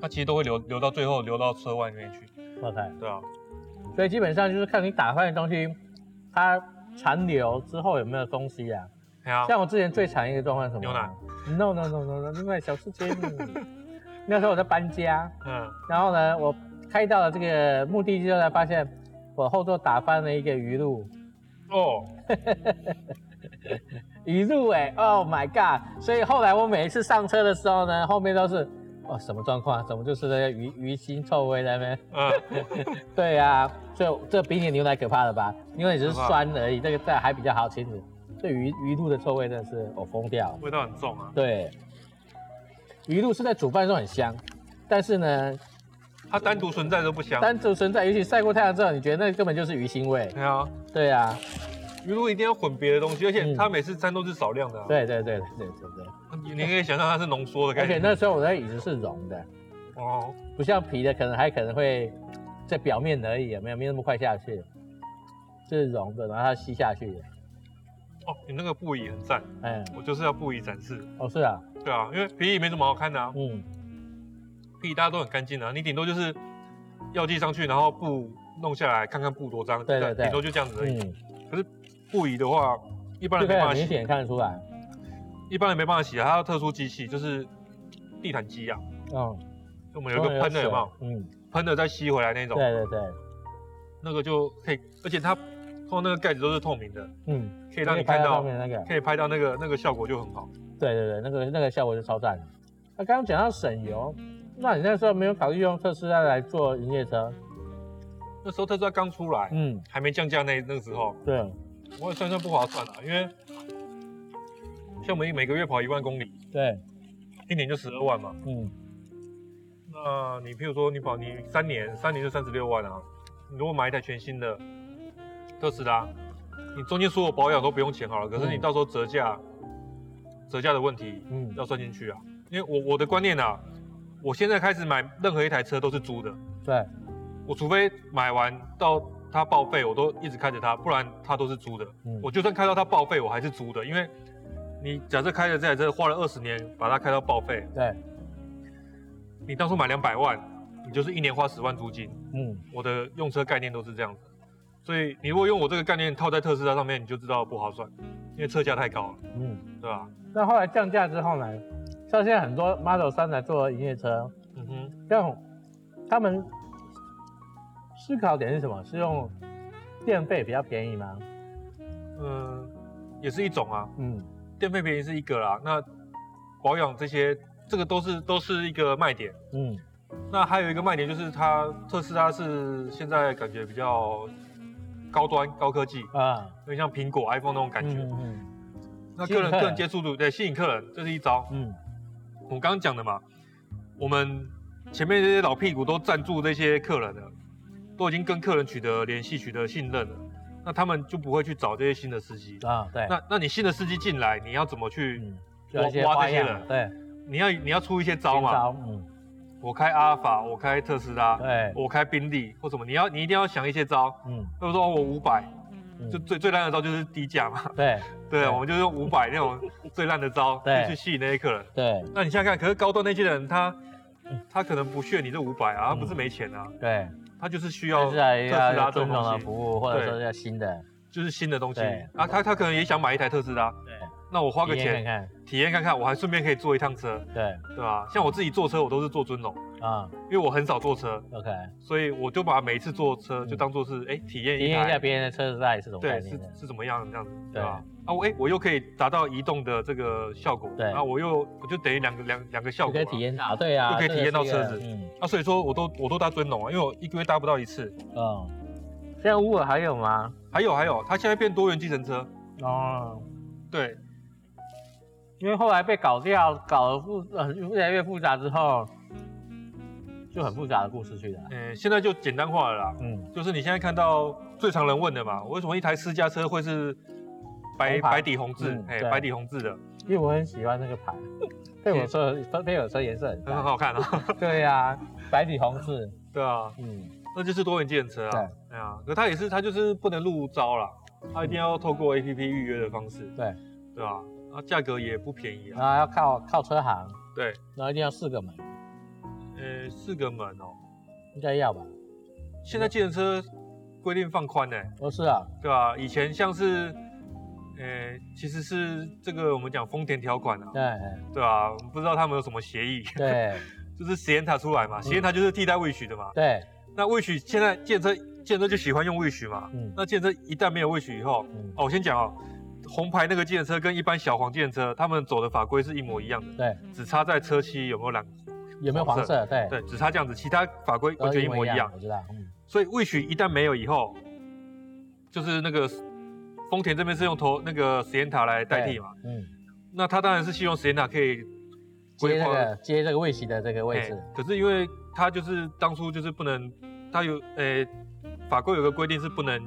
Speaker 2: 它其实都会流流到最后流到车外面去，
Speaker 1: ，OK。
Speaker 2: 对啊，
Speaker 1: 所以基本上就是看你打翻的东西，它残留之后有没有东西啊？
Speaker 2: 哎呀、
Speaker 1: 像我之前最惨一个状况是什么？
Speaker 2: 牛奶。
Speaker 1: No no no no no，另外小事情。 那时候我在搬家，
Speaker 2: 嗯，
Speaker 1: 然后呢，我开到了这个目的地之后，才发现我后座打翻了一个鱼露，
Speaker 2: 哦，
Speaker 1: 鱼露哎、o h my god！所以后来我每一次上车的时候呢，后面都是哦什么状况？怎么就是那个鱼鱼腥臭味在那边？
Speaker 2: 嗯，
Speaker 1: 对啊，这这比你的牛奶可怕了吧？牛奶只是
Speaker 2: 可怕
Speaker 1: 酸而已，这个这还比较好清楚。这鱼鱼露的臭味真的是我疯掉。
Speaker 2: 味道很重啊，
Speaker 1: 对，鱼露是在煮饭的时候很香，但是呢，
Speaker 2: 它单独存在都不香。
Speaker 1: 单独存在，尤其晒过太阳之后，你觉得那根本就是鱼腥味。
Speaker 2: 对啊，
Speaker 1: 对啊，
Speaker 2: 鱼露一定要混别的东西，而且
Speaker 1: 嗯
Speaker 2: 它每次沾都是少量的、啊。
Speaker 1: 对对对对对对对。
Speaker 2: 你你可以想象它是浓缩的
Speaker 1: 而
Speaker 2: 概
Speaker 1: 且
Speaker 2: 念。
Speaker 1: 那时候我的椅子是绒的，
Speaker 2: 哦，
Speaker 1: 不像皮的，可能还可能会在表面而已，没有没那么快下去，是绒的，然后它吸下去的。
Speaker 2: 哦，你那个布艺很赞，
Speaker 1: 嗯，
Speaker 2: 我就是要布艺展示。
Speaker 1: 哦是啊，
Speaker 2: 对啊，因为皮椅没什么好看的啊，
Speaker 1: 嗯，
Speaker 2: 皮椅大家都很干净啊，你顶多就是药剂上去，然后布弄下来，看看布多脏，
Speaker 1: 对对
Speaker 2: 但
Speaker 1: 对
Speaker 2: 顶多就这样子而已。
Speaker 1: 嗯，
Speaker 2: 布椅的话，一般
Speaker 1: 就可以
Speaker 2: 人没办法
Speaker 1: 很明
Speaker 2: 洗，
Speaker 1: 显看得出来。
Speaker 2: 一般人没办法洗啊，它要特殊机器，就是地毯机啊，
Speaker 1: 嗯，
Speaker 2: 我们有一个喷的有没有？
Speaker 1: 嗯，
Speaker 2: 喷的再吸回来那种，
Speaker 1: 对对对，
Speaker 2: 那个就可以，而且它通常那个盖子都是透明的，
Speaker 1: 嗯，
Speaker 2: 可以让你
Speaker 1: 拍
Speaker 2: 看
Speaker 1: 到
Speaker 2: 到
Speaker 1: 上，面那个，
Speaker 2: 可以拍到那个那个效果就很好。
Speaker 1: 对对对，那个那个效果就超赞的。那刚刚讲到省油，那你那时候没有考虑用特斯拉来做营业车？
Speaker 2: 那时候特斯拉刚出来，
Speaker 1: 嗯，
Speaker 2: 还没降价那那个时候，
Speaker 1: 对，
Speaker 2: 我也算算不划算啦，因为像我们每个月跑一万公里，
Speaker 1: 对，
Speaker 2: 一年就十二万嘛。
Speaker 1: 嗯，
Speaker 2: 那你譬如说你跑你三年，三年就三十六万啊。你如果买一台全新的特斯拉，你中间所有保养都不用钱好了，可是你
Speaker 1: 嗯
Speaker 2: 到时候折价，折价的问题
Speaker 1: 嗯，
Speaker 2: 要算进去啊。因为我我的观念啊，我现在开始买任何一台车都是租的，
Speaker 1: 对，
Speaker 2: 我除非买完到它报废，我都一直开着它，不然它都是租的。
Speaker 1: 嗯
Speaker 2: 我就算开到它报废，我还是租的，因为你假设开了这台车花了二十年把它开到报废，
Speaker 1: 对，
Speaker 2: 你当初买两百万，你就是一年花十万租金。
Speaker 1: 嗯，
Speaker 2: 我的用车概念都是这样子，所以你如果用我这个概念套在特斯拉上面，你就知道不划算，因为车价太高了，
Speaker 1: 嗯。
Speaker 2: 对吧？
Speaker 1: 那后来降价之后呢？像现在很多 Model 3来做营业车，
Speaker 2: 嗯哼，
Speaker 1: 像他们思考点是什么？是用电费比较便宜吗？
Speaker 2: 嗯、也是一种啊，
Speaker 1: 嗯，
Speaker 2: 电费便宜是一个啦，那保养这些，这个都是都是一个卖点。
Speaker 1: 嗯，
Speaker 2: 那还有一个卖点就是它特斯拉是现在感觉比较高端高科技，
Speaker 1: 啊，
Speaker 2: 有点像苹果 iPhone 那种感觉。
Speaker 1: 嗯嗯
Speaker 2: 那
Speaker 1: 吸引
Speaker 2: 个人
Speaker 1: 客人
Speaker 2: 个人接触度对吸引客人，这是一招。
Speaker 1: 嗯
Speaker 2: 我刚刚讲的嘛，我们前面这些老屁股都赞助这些客人了，都已经跟客人取得联系、取得信任了，那他们就不会去找这些新的司机。
Speaker 1: 嗯啊，对，
Speaker 2: 那那你新的司机进来，你要怎么去？
Speaker 1: 嗯，就有一些
Speaker 2: 挖挖
Speaker 1: 花
Speaker 2: 这些
Speaker 1: 样，
Speaker 2: 人
Speaker 1: 对，
Speaker 2: 你要你要出一些招
Speaker 1: 新
Speaker 2: 嘛？
Speaker 1: 招，嗯，
Speaker 2: 我开阿尔法，我开特斯拉，
Speaker 1: 对，
Speaker 2: 我开宾利或什么，你要你一定要想一些招。
Speaker 1: 嗯，
Speaker 2: 他们说哦我五百，
Speaker 1: 嗯
Speaker 2: 就最最烂的招就是低价嘛。
Speaker 1: 对
Speaker 2: 对，
Speaker 1: 对
Speaker 2: 啊我们就用五百那种最烂的招
Speaker 1: 对
Speaker 2: 去去吸引那些客人。
Speaker 1: 对
Speaker 2: 那你想想看，可是高端那些人他
Speaker 1: 嗯
Speaker 2: 他可能不屑你这五百啊，他
Speaker 1: 嗯
Speaker 2: 不是没钱啊，
Speaker 1: 对，
Speaker 2: 他就是需
Speaker 1: 就
Speaker 2: 要
Speaker 1: 是啊
Speaker 2: 特
Speaker 1: 要
Speaker 2: 斯拉
Speaker 1: 要
Speaker 2: 这
Speaker 1: 尊
Speaker 2: 种
Speaker 1: 重
Speaker 2: 东
Speaker 1: 的
Speaker 2: 西，
Speaker 1: 服务，或者
Speaker 2: 对
Speaker 1: 说要新的，
Speaker 2: 就是新的东西
Speaker 1: 对
Speaker 2: 啊。他他可能也想买一台特斯拉，
Speaker 1: 对，
Speaker 2: 那我花个
Speaker 1: 体验
Speaker 2: 钱
Speaker 1: 看
Speaker 2: 体验看看，我还顺便可以坐一趟车，
Speaker 1: 看，对，
Speaker 2: 对吧、像我自己坐车，我都是坐尊龙，
Speaker 1: 啊、
Speaker 2: 因为我很少坐车，
Speaker 1: o k
Speaker 2: 所以我就把每一次坐车就当做是哎、体验
Speaker 1: 嗯体
Speaker 2: 一
Speaker 1: 验一下
Speaker 2: 台，
Speaker 1: 别人的车子到底是什么概
Speaker 2: 对，
Speaker 1: 念
Speaker 2: 是
Speaker 1: 的，
Speaker 2: 是怎么样的这样子，
Speaker 1: 对
Speaker 2: 对吧、啊，我哎、我又可以达到移动的这个效果，
Speaker 1: 对
Speaker 2: 然后我又我就等于两个两两个效
Speaker 1: 就
Speaker 2: 果
Speaker 1: 可以
Speaker 2: 嘛，
Speaker 1: 体验到，对啊，
Speaker 2: 就可以体验到
Speaker 1: 这个是
Speaker 2: 车
Speaker 1: 一
Speaker 2: 子
Speaker 1: 个嗯
Speaker 2: 啊，所以说我都我都搭尊龙啊，因为我一个月搭不到一次。
Speaker 1: 嗯，现在 Uber 还有吗？
Speaker 2: 还有还有，它现在变多元计程车，
Speaker 1: 哦，
Speaker 2: 对
Speaker 1: 因为后来被搞掉，搞得复呃越来越复杂之后，就很复杂的故事去了。
Speaker 2: 嗯，现在就简单化了啦。
Speaker 1: 嗯，
Speaker 2: 就是你现在看到最常人问的嘛，为什么一台私家车会是白
Speaker 1: 红牌
Speaker 2: 白底红字
Speaker 1: 嗯？
Speaker 2: 哎、
Speaker 1: 对
Speaker 2: 白底红字的，
Speaker 1: 因为我很喜欢那个 牌，配我车配我车颜色很
Speaker 2: 很
Speaker 1: 搭。
Speaker 2: 好看啊。
Speaker 1: 对呀、白底红字，
Speaker 2: 对啊，
Speaker 1: 嗯，
Speaker 2: 那就是多元计程车啊。对啊，可它也是，它就是不能入招啦，它一定要透过 APP 预约的方式。
Speaker 1: 对，
Speaker 2: 对啊，啊，价格也不便宜
Speaker 1: 然
Speaker 2: 啊。
Speaker 1: 后要靠靠车行，
Speaker 2: 对，
Speaker 1: 然后一定要四个门，
Speaker 2: 呃，四个门哦、
Speaker 1: 应该要吧？
Speaker 2: 现在计程车规定放宽呢、
Speaker 1: 不是啊，
Speaker 2: 对啊，以前像是，呃，其实是这个我们讲丰田条款啊，
Speaker 1: 对
Speaker 2: 对啊，我们不知道他们有什么协议，
Speaker 1: 对嗯
Speaker 2: 就是实验塔出来嘛，实验塔就是替代 Wish 的嘛。
Speaker 1: 对，
Speaker 2: 那 Wish 现在建车建车就喜欢用 Wish 嘛，
Speaker 1: 嗯
Speaker 2: 那建车一旦没有 Wish 以后，
Speaker 1: 嗯
Speaker 2: 哦，我先讲哦，红牌那个建车跟一般小黄建车，他们走的法规是一模一样的，
Speaker 1: 对，
Speaker 2: 只差在车漆有没有染，
Speaker 1: 有没有黄色？对，
Speaker 2: 对，只差这样子，其他法规
Speaker 1: 都
Speaker 2: 完全一模一样。
Speaker 1: 我知道，嗯，
Speaker 2: 所以 Wish 一旦没有以后，就是那个丰田这边是用头那个实验塔来代替嘛，
Speaker 1: 嗯，
Speaker 2: 那他当然是希望实验塔可以
Speaker 1: 接
Speaker 2: 规
Speaker 1: 这
Speaker 2: 划
Speaker 1: 个接这个位置的这个位置
Speaker 2: 哎，可是因为他就是当初就是不能，他有诶、法规有个规定是不能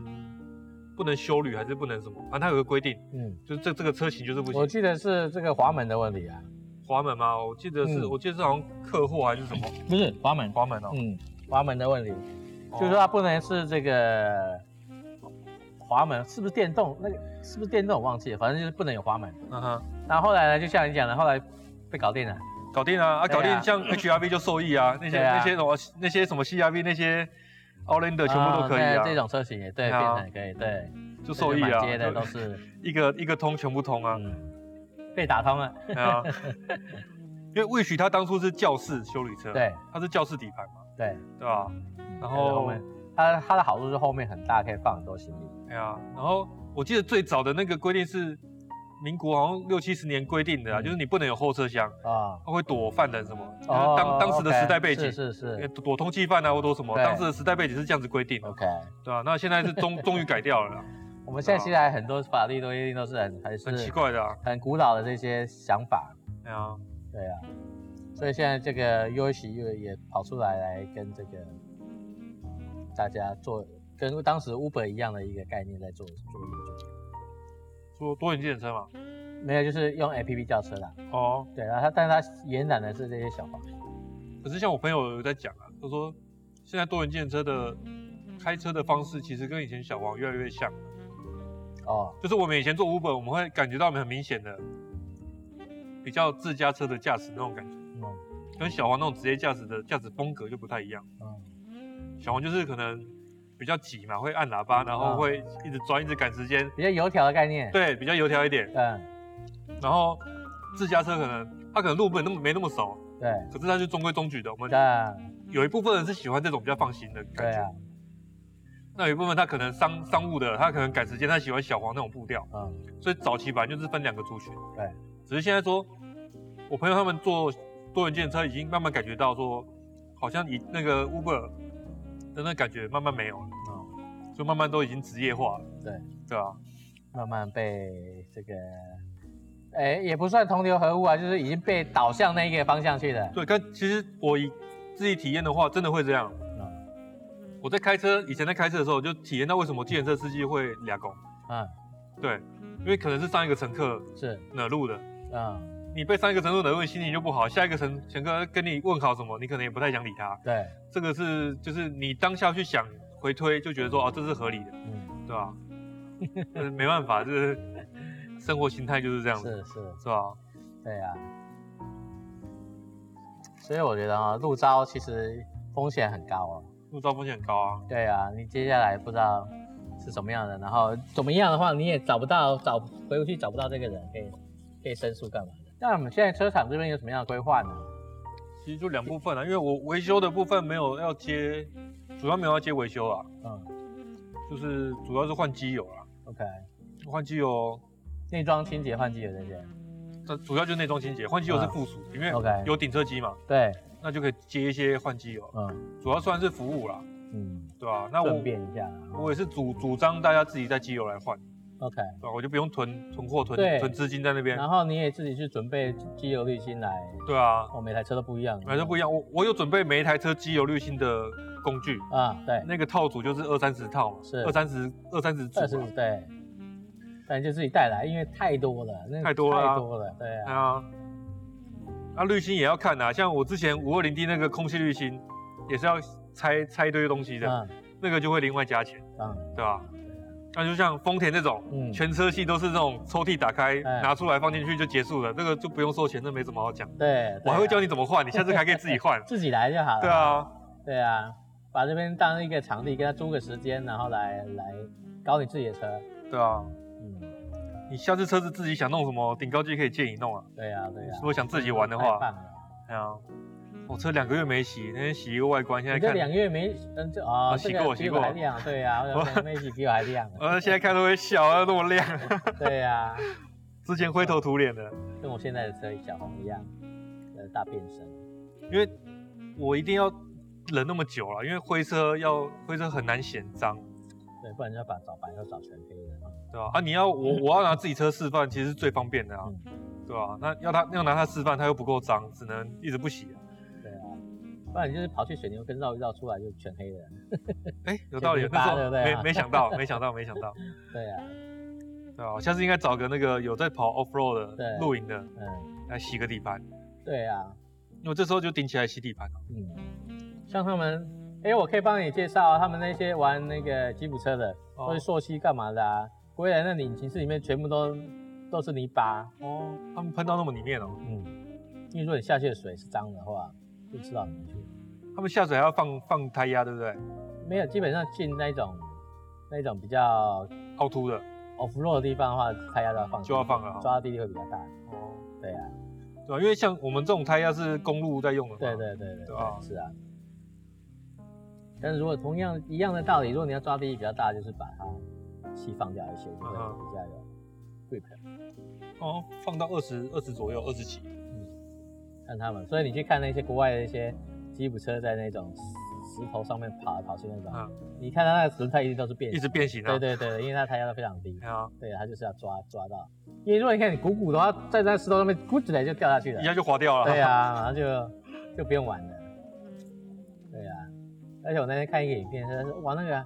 Speaker 2: 不能修旅还是不能什么，反正他有个规定，
Speaker 1: 嗯，
Speaker 2: 就是这这个车型就是不
Speaker 1: 我
Speaker 2: 行。
Speaker 1: 记得是这个滑门的问题啊，
Speaker 2: 滑门吗？我记得是、
Speaker 1: 嗯
Speaker 2: 我记得是好像客货还是什么
Speaker 1: 不是滑门，
Speaker 2: 滑门哦、
Speaker 1: 嗯，滑门的问题，
Speaker 2: 哦
Speaker 1: 就是说它不能是这个滑门，是不是电动？那个是不是电动？我忘记了，反正就是不能有滑门。
Speaker 2: 嗯哼，
Speaker 1: 然后后来呢，就像你讲的，后来被搞定了。
Speaker 2: 搞定啊啊，
Speaker 1: 对啊
Speaker 2: 搞定， 像 HRV 就受益啊，那些、
Speaker 1: 对啊
Speaker 2: 那些什么那些什么 CRV 那些 Outlander 全部都可以
Speaker 1: 对
Speaker 2: 啊，
Speaker 1: 这种车型也对，
Speaker 2: 对啊
Speaker 1: 变成也可以对，
Speaker 2: 就受益
Speaker 1: 这
Speaker 2: 啊，
Speaker 1: 就满街的
Speaker 2: 就
Speaker 1: 都 是，
Speaker 2: 一个一个通全部通 啊，
Speaker 1: 嗯，被打通了。
Speaker 2: 对啊，因为 Wish 他当初是教室修理车，，
Speaker 1: 对
Speaker 2: 它是教室底盘嘛，
Speaker 1: 对，
Speaker 2: 对吧、然
Speaker 1: 就是后
Speaker 2: 后
Speaker 1: 面它它的好处是后面很大，可以放很多行李。
Speaker 2: 哎呀，然后我记得最早的那个规定是民国好像六七十年规定的啊，
Speaker 1: 嗯
Speaker 2: 就是你不能有后车厢，
Speaker 1: 啊，
Speaker 2: 它会躲犯人什么，就是
Speaker 1: 哦
Speaker 2: 当、当时的
Speaker 1: OK，
Speaker 2: 时代背景。
Speaker 1: 是是是
Speaker 2: 躲通缉犯啊，或躲什么？
Speaker 1: 对
Speaker 2: 当时的时代背景是这样子规定的，
Speaker 1: ，OK。
Speaker 2: 对吧、那现在是终终于改掉了啦，
Speaker 1: 我们现在其实还很多法律都一定都是很还是
Speaker 2: 很奇怪的啊。
Speaker 1: 很古老的这些想法，
Speaker 2: 哎呀，
Speaker 1: 对啊，所以现在这个 U H 又也跑出来来跟这个呃大家做跟当时 Uber 一样的一个概念在做做运作，
Speaker 2: 说多元计程车嘛，
Speaker 1: 没有就是用 A P P 叫车啦，
Speaker 2: 哦，
Speaker 1: 对，然后它但是它延揽的是这些小黄，
Speaker 2: 可是像我朋友有在讲啊，他说现在多元计程车的开车的方式其实跟以前小黄越来越像，
Speaker 1: 哦，
Speaker 2: 就是我们以前做 Uber，我们会感觉到很明显的比较自家车的驾驶那种感觉。
Speaker 1: 嗯
Speaker 2: 跟小黄那种职业驾驶的驾驶风格就不太一样。
Speaker 1: 嗯，
Speaker 2: 小黄就是可能比较急嘛，会按喇叭，然后会一直钻，一直赶时间，
Speaker 1: 比较油条的概念，，
Speaker 2: 对，比较油条一点。
Speaker 1: 嗯，
Speaker 2: 然后自家车可能他可能路本那么没那么熟，
Speaker 1: 对，
Speaker 2: 可是他就中规中矩的。我们
Speaker 1: 但
Speaker 2: 有一部分人是喜欢这种比较放心的
Speaker 1: 啊对
Speaker 2: 感觉，
Speaker 1: 啊，
Speaker 2: 那有一部分他可能商商务的，他可能赶时间，他喜欢小黄那种步调。
Speaker 1: 嗯，
Speaker 2: 所以早期本来就是分两个族群。
Speaker 1: 对，
Speaker 2: 只是现在说，我朋友他们做多元建车，已经慢慢感觉到说，哦好像以那个 Uber 的那感觉慢慢没有了，
Speaker 1: 嗯
Speaker 2: 就慢慢都已经职业化了。
Speaker 1: 对，
Speaker 2: 对啊，
Speaker 1: 慢慢被这个。哎，也不算同流合污啊，就是已经被导向那一个方向去的。
Speaker 2: 对，但其实我以自己体验的话，真的会这样。
Speaker 1: 嗯
Speaker 2: 我在开车以前在开车的时候，就体验到为什么计程车司机会俩拱，
Speaker 1: 嗯，
Speaker 2: 对，因为可能是上一个乘客
Speaker 1: 是，
Speaker 2: 惹怒的，
Speaker 1: 嗯，
Speaker 2: 你被上一个乘客惹怒，你心情就不好，下一个乘乘客跟你问好什么，你可能也不太想理他。
Speaker 1: 对，
Speaker 2: 这个是就是你当下去想回推，就觉得说哦，这是合理的，
Speaker 1: 嗯，
Speaker 2: 对吧、 但是没办法，就是生活心态就是这样子，
Speaker 1: 是是，
Speaker 2: 是吧？
Speaker 1: 对啊。所以我觉得啊、路招其实风险很高哦。
Speaker 2: 路招风险很高啊，
Speaker 1: 对啊，你接下来不知道是什么样的，然后怎么样的话，你也找不到，找回去找不到这个人可以可以申诉干嘛的。那我们现在车厂这边有什么样的规划呢？
Speaker 2: 其实就两部分啊，因为我维修的部分没有要接，主要没有要接维修啊，
Speaker 1: 嗯
Speaker 2: 就是主要是换机油啊，
Speaker 1: ，OK，
Speaker 2: 换机油，
Speaker 1: 内装清洁换机油这些。
Speaker 2: 它主要就是内装清洁，换机油是附属，因为
Speaker 1: 嗯 OK，
Speaker 2: 有顶车机嘛，
Speaker 1: 对，
Speaker 2: 那就可以接一些换机油，
Speaker 1: 嗯
Speaker 2: 主要算是服务啦，
Speaker 1: 嗯，
Speaker 2: 对吧、那我
Speaker 1: 顺便一下啊
Speaker 2: 我也是主主张大家自己带机油来换，
Speaker 1: ，OK。
Speaker 2: 对吧、我就不用囤囤货、囤
Speaker 1: 对
Speaker 2: 囤资金在那边，
Speaker 1: 然后你也自己去准备机油滤芯来，
Speaker 2: 对啊，
Speaker 1: 哦，每台车都不一样，
Speaker 2: 反正不一样。我我有准备每一台车机油滤芯的工具，
Speaker 1: 啊，对，
Speaker 2: 那个套组就是二三十套嘛，
Speaker 1: 是
Speaker 2: 二三十二三十组
Speaker 1: 二十五
Speaker 2: 嘛，
Speaker 1: 对，但就自己带来，因为太多了，那个
Speaker 2: 太多了啊
Speaker 1: 太多了，对
Speaker 2: 对
Speaker 1: 啊，
Speaker 2: 啊。啊，滤芯也要看啊，像我之前五二零 D 那个空气滤芯，也是要拆拆一堆东西的，
Speaker 1: 嗯
Speaker 2: 那个就会另外加钱，
Speaker 1: 嗯
Speaker 2: 对吧、那就像丰田这种，
Speaker 1: 嗯，
Speaker 2: 全车系都是这种抽屉打开、
Speaker 1: 哎
Speaker 2: 拿出来放进去就结束了，这个就不用收钱，这没什么好讲。
Speaker 1: 对，啊
Speaker 2: 我还会教
Speaker 1: 你。
Speaker 2: 你怎么换，你下次还可以自己换
Speaker 1: 自己来就好了，
Speaker 2: 对，啊，
Speaker 1: 对啊，把这边当一个场地，跟他租个时间，然后来来搞你自己的车，
Speaker 2: 对啊，
Speaker 1: 嗯，
Speaker 2: 你下次车子自己想弄什么顶高机可以借你弄啊。
Speaker 1: 对啊对啊
Speaker 2: 如，果想自己玩的
Speaker 1: 太
Speaker 2: 话，
Speaker 1: 棒了，
Speaker 2: 哎呀，我车两个月没洗，那天洗一个外观，现在
Speaker 1: 你这两
Speaker 2: 看，
Speaker 1: 个月没，嗯这啊，
Speaker 2: 啊
Speaker 1: 这
Speaker 2: 洗
Speaker 1: 个
Speaker 2: 过
Speaker 1: 比
Speaker 2: 洗
Speaker 1: 我还
Speaker 2: 过
Speaker 1: 亮，对啊，我 想说妹子比我还亮，啊
Speaker 2: 呃，现在看都会笑，啊，那么亮，
Speaker 1: 对啊，
Speaker 2: 之前灰头土脸的，
Speaker 1: 跟我现在的车小红一样，呃大变身，
Speaker 2: 因为我一定要忍那么久了，因为灰车要灰车很难显脏，
Speaker 1: 对，不然就要把早白都找全黑了，
Speaker 2: 对吧、啊？你要 我我要拿自己车示范，其实是最方便的啊，
Speaker 1: 嗯
Speaker 2: 对吧、那要他要拿它示范，它又不够脏，只能一直不洗啊。
Speaker 1: 对啊，不然你就是跑去水牛坑绕一绕出来就全黑了，
Speaker 2: 哎，有道理
Speaker 1: 就，不
Speaker 2: 那时
Speaker 1: 搭
Speaker 2: 候
Speaker 1: 对不对啊
Speaker 2: 没没 想到，没想到，没想到，
Speaker 1: 对啊，
Speaker 2: 对吧、我下次应该找个那个有在跑 off road
Speaker 1: 对
Speaker 2: 的露营的
Speaker 1: 嗯，
Speaker 2: 来洗个底盘，
Speaker 1: 对啊，
Speaker 2: 因为这时候就顶起来洗底盘了。
Speaker 1: 嗯，像他们，哎，我可以帮你介绍、啊、他们那些玩那个吉普车的，
Speaker 2: 哦
Speaker 1: 或者溯溪干嘛的啊，归来那引擎室里面全部都都是泥巴，
Speaker 2: 哦，他们喷到那么里面哦，
Speaker 1: 嗯，因为如果你下去的水是脏的话，就吃到里面去，
Speaker 2: 他们下水还要放放胎压，对不对？
Speaker 1: 没有，基本上进那种那种比较
Speaker 2: 凹凸的
Speaker 1: off road 的地方的话，胎压都要放，
Speaker 2: 就要放了哦。
Speaker 1: 抓地力会比较大，
Speaker 2: 哦，
Speaker 1: 对啊，
Speaker 2: 对啊因为像我们这种胎压是公路在用的嘛。
Speaker 1: 对对对对
Speaker 2: 对啊
Speaker 1: 对，是啊。但是如果同样一样的道理，如果你要抓地力比较大，就是把它气放掉一些，就会
Speaker 2: 嗯哼
Speaker 1: 比较有 grip。
Speaker 2: 哦，放到二十二十左右，二十几。
Speaker 1: 看他们，所以你去看那些国外的一些吉普车在那种石石头上面跑来跑去那种，你看它那个轮胎一直都是变
Speaker 2: 嗯一
Speaker 1: 形。
Speaker 2: 直变形啊。
Speaker 1: 对对对对，因为它胎压都非常低，
Speaker 2: 对啊，
Speaker 1: 对，它就是要抓抓到。因为如果你看你鼓鼓的话，在那石头上面咕起来就掉下去了
Speaker 2: 一。下就滑掉了。
Speaker 1: 对 啊，然后就就不用玩了。对啊，而且我那天看一个影片，他说哇那个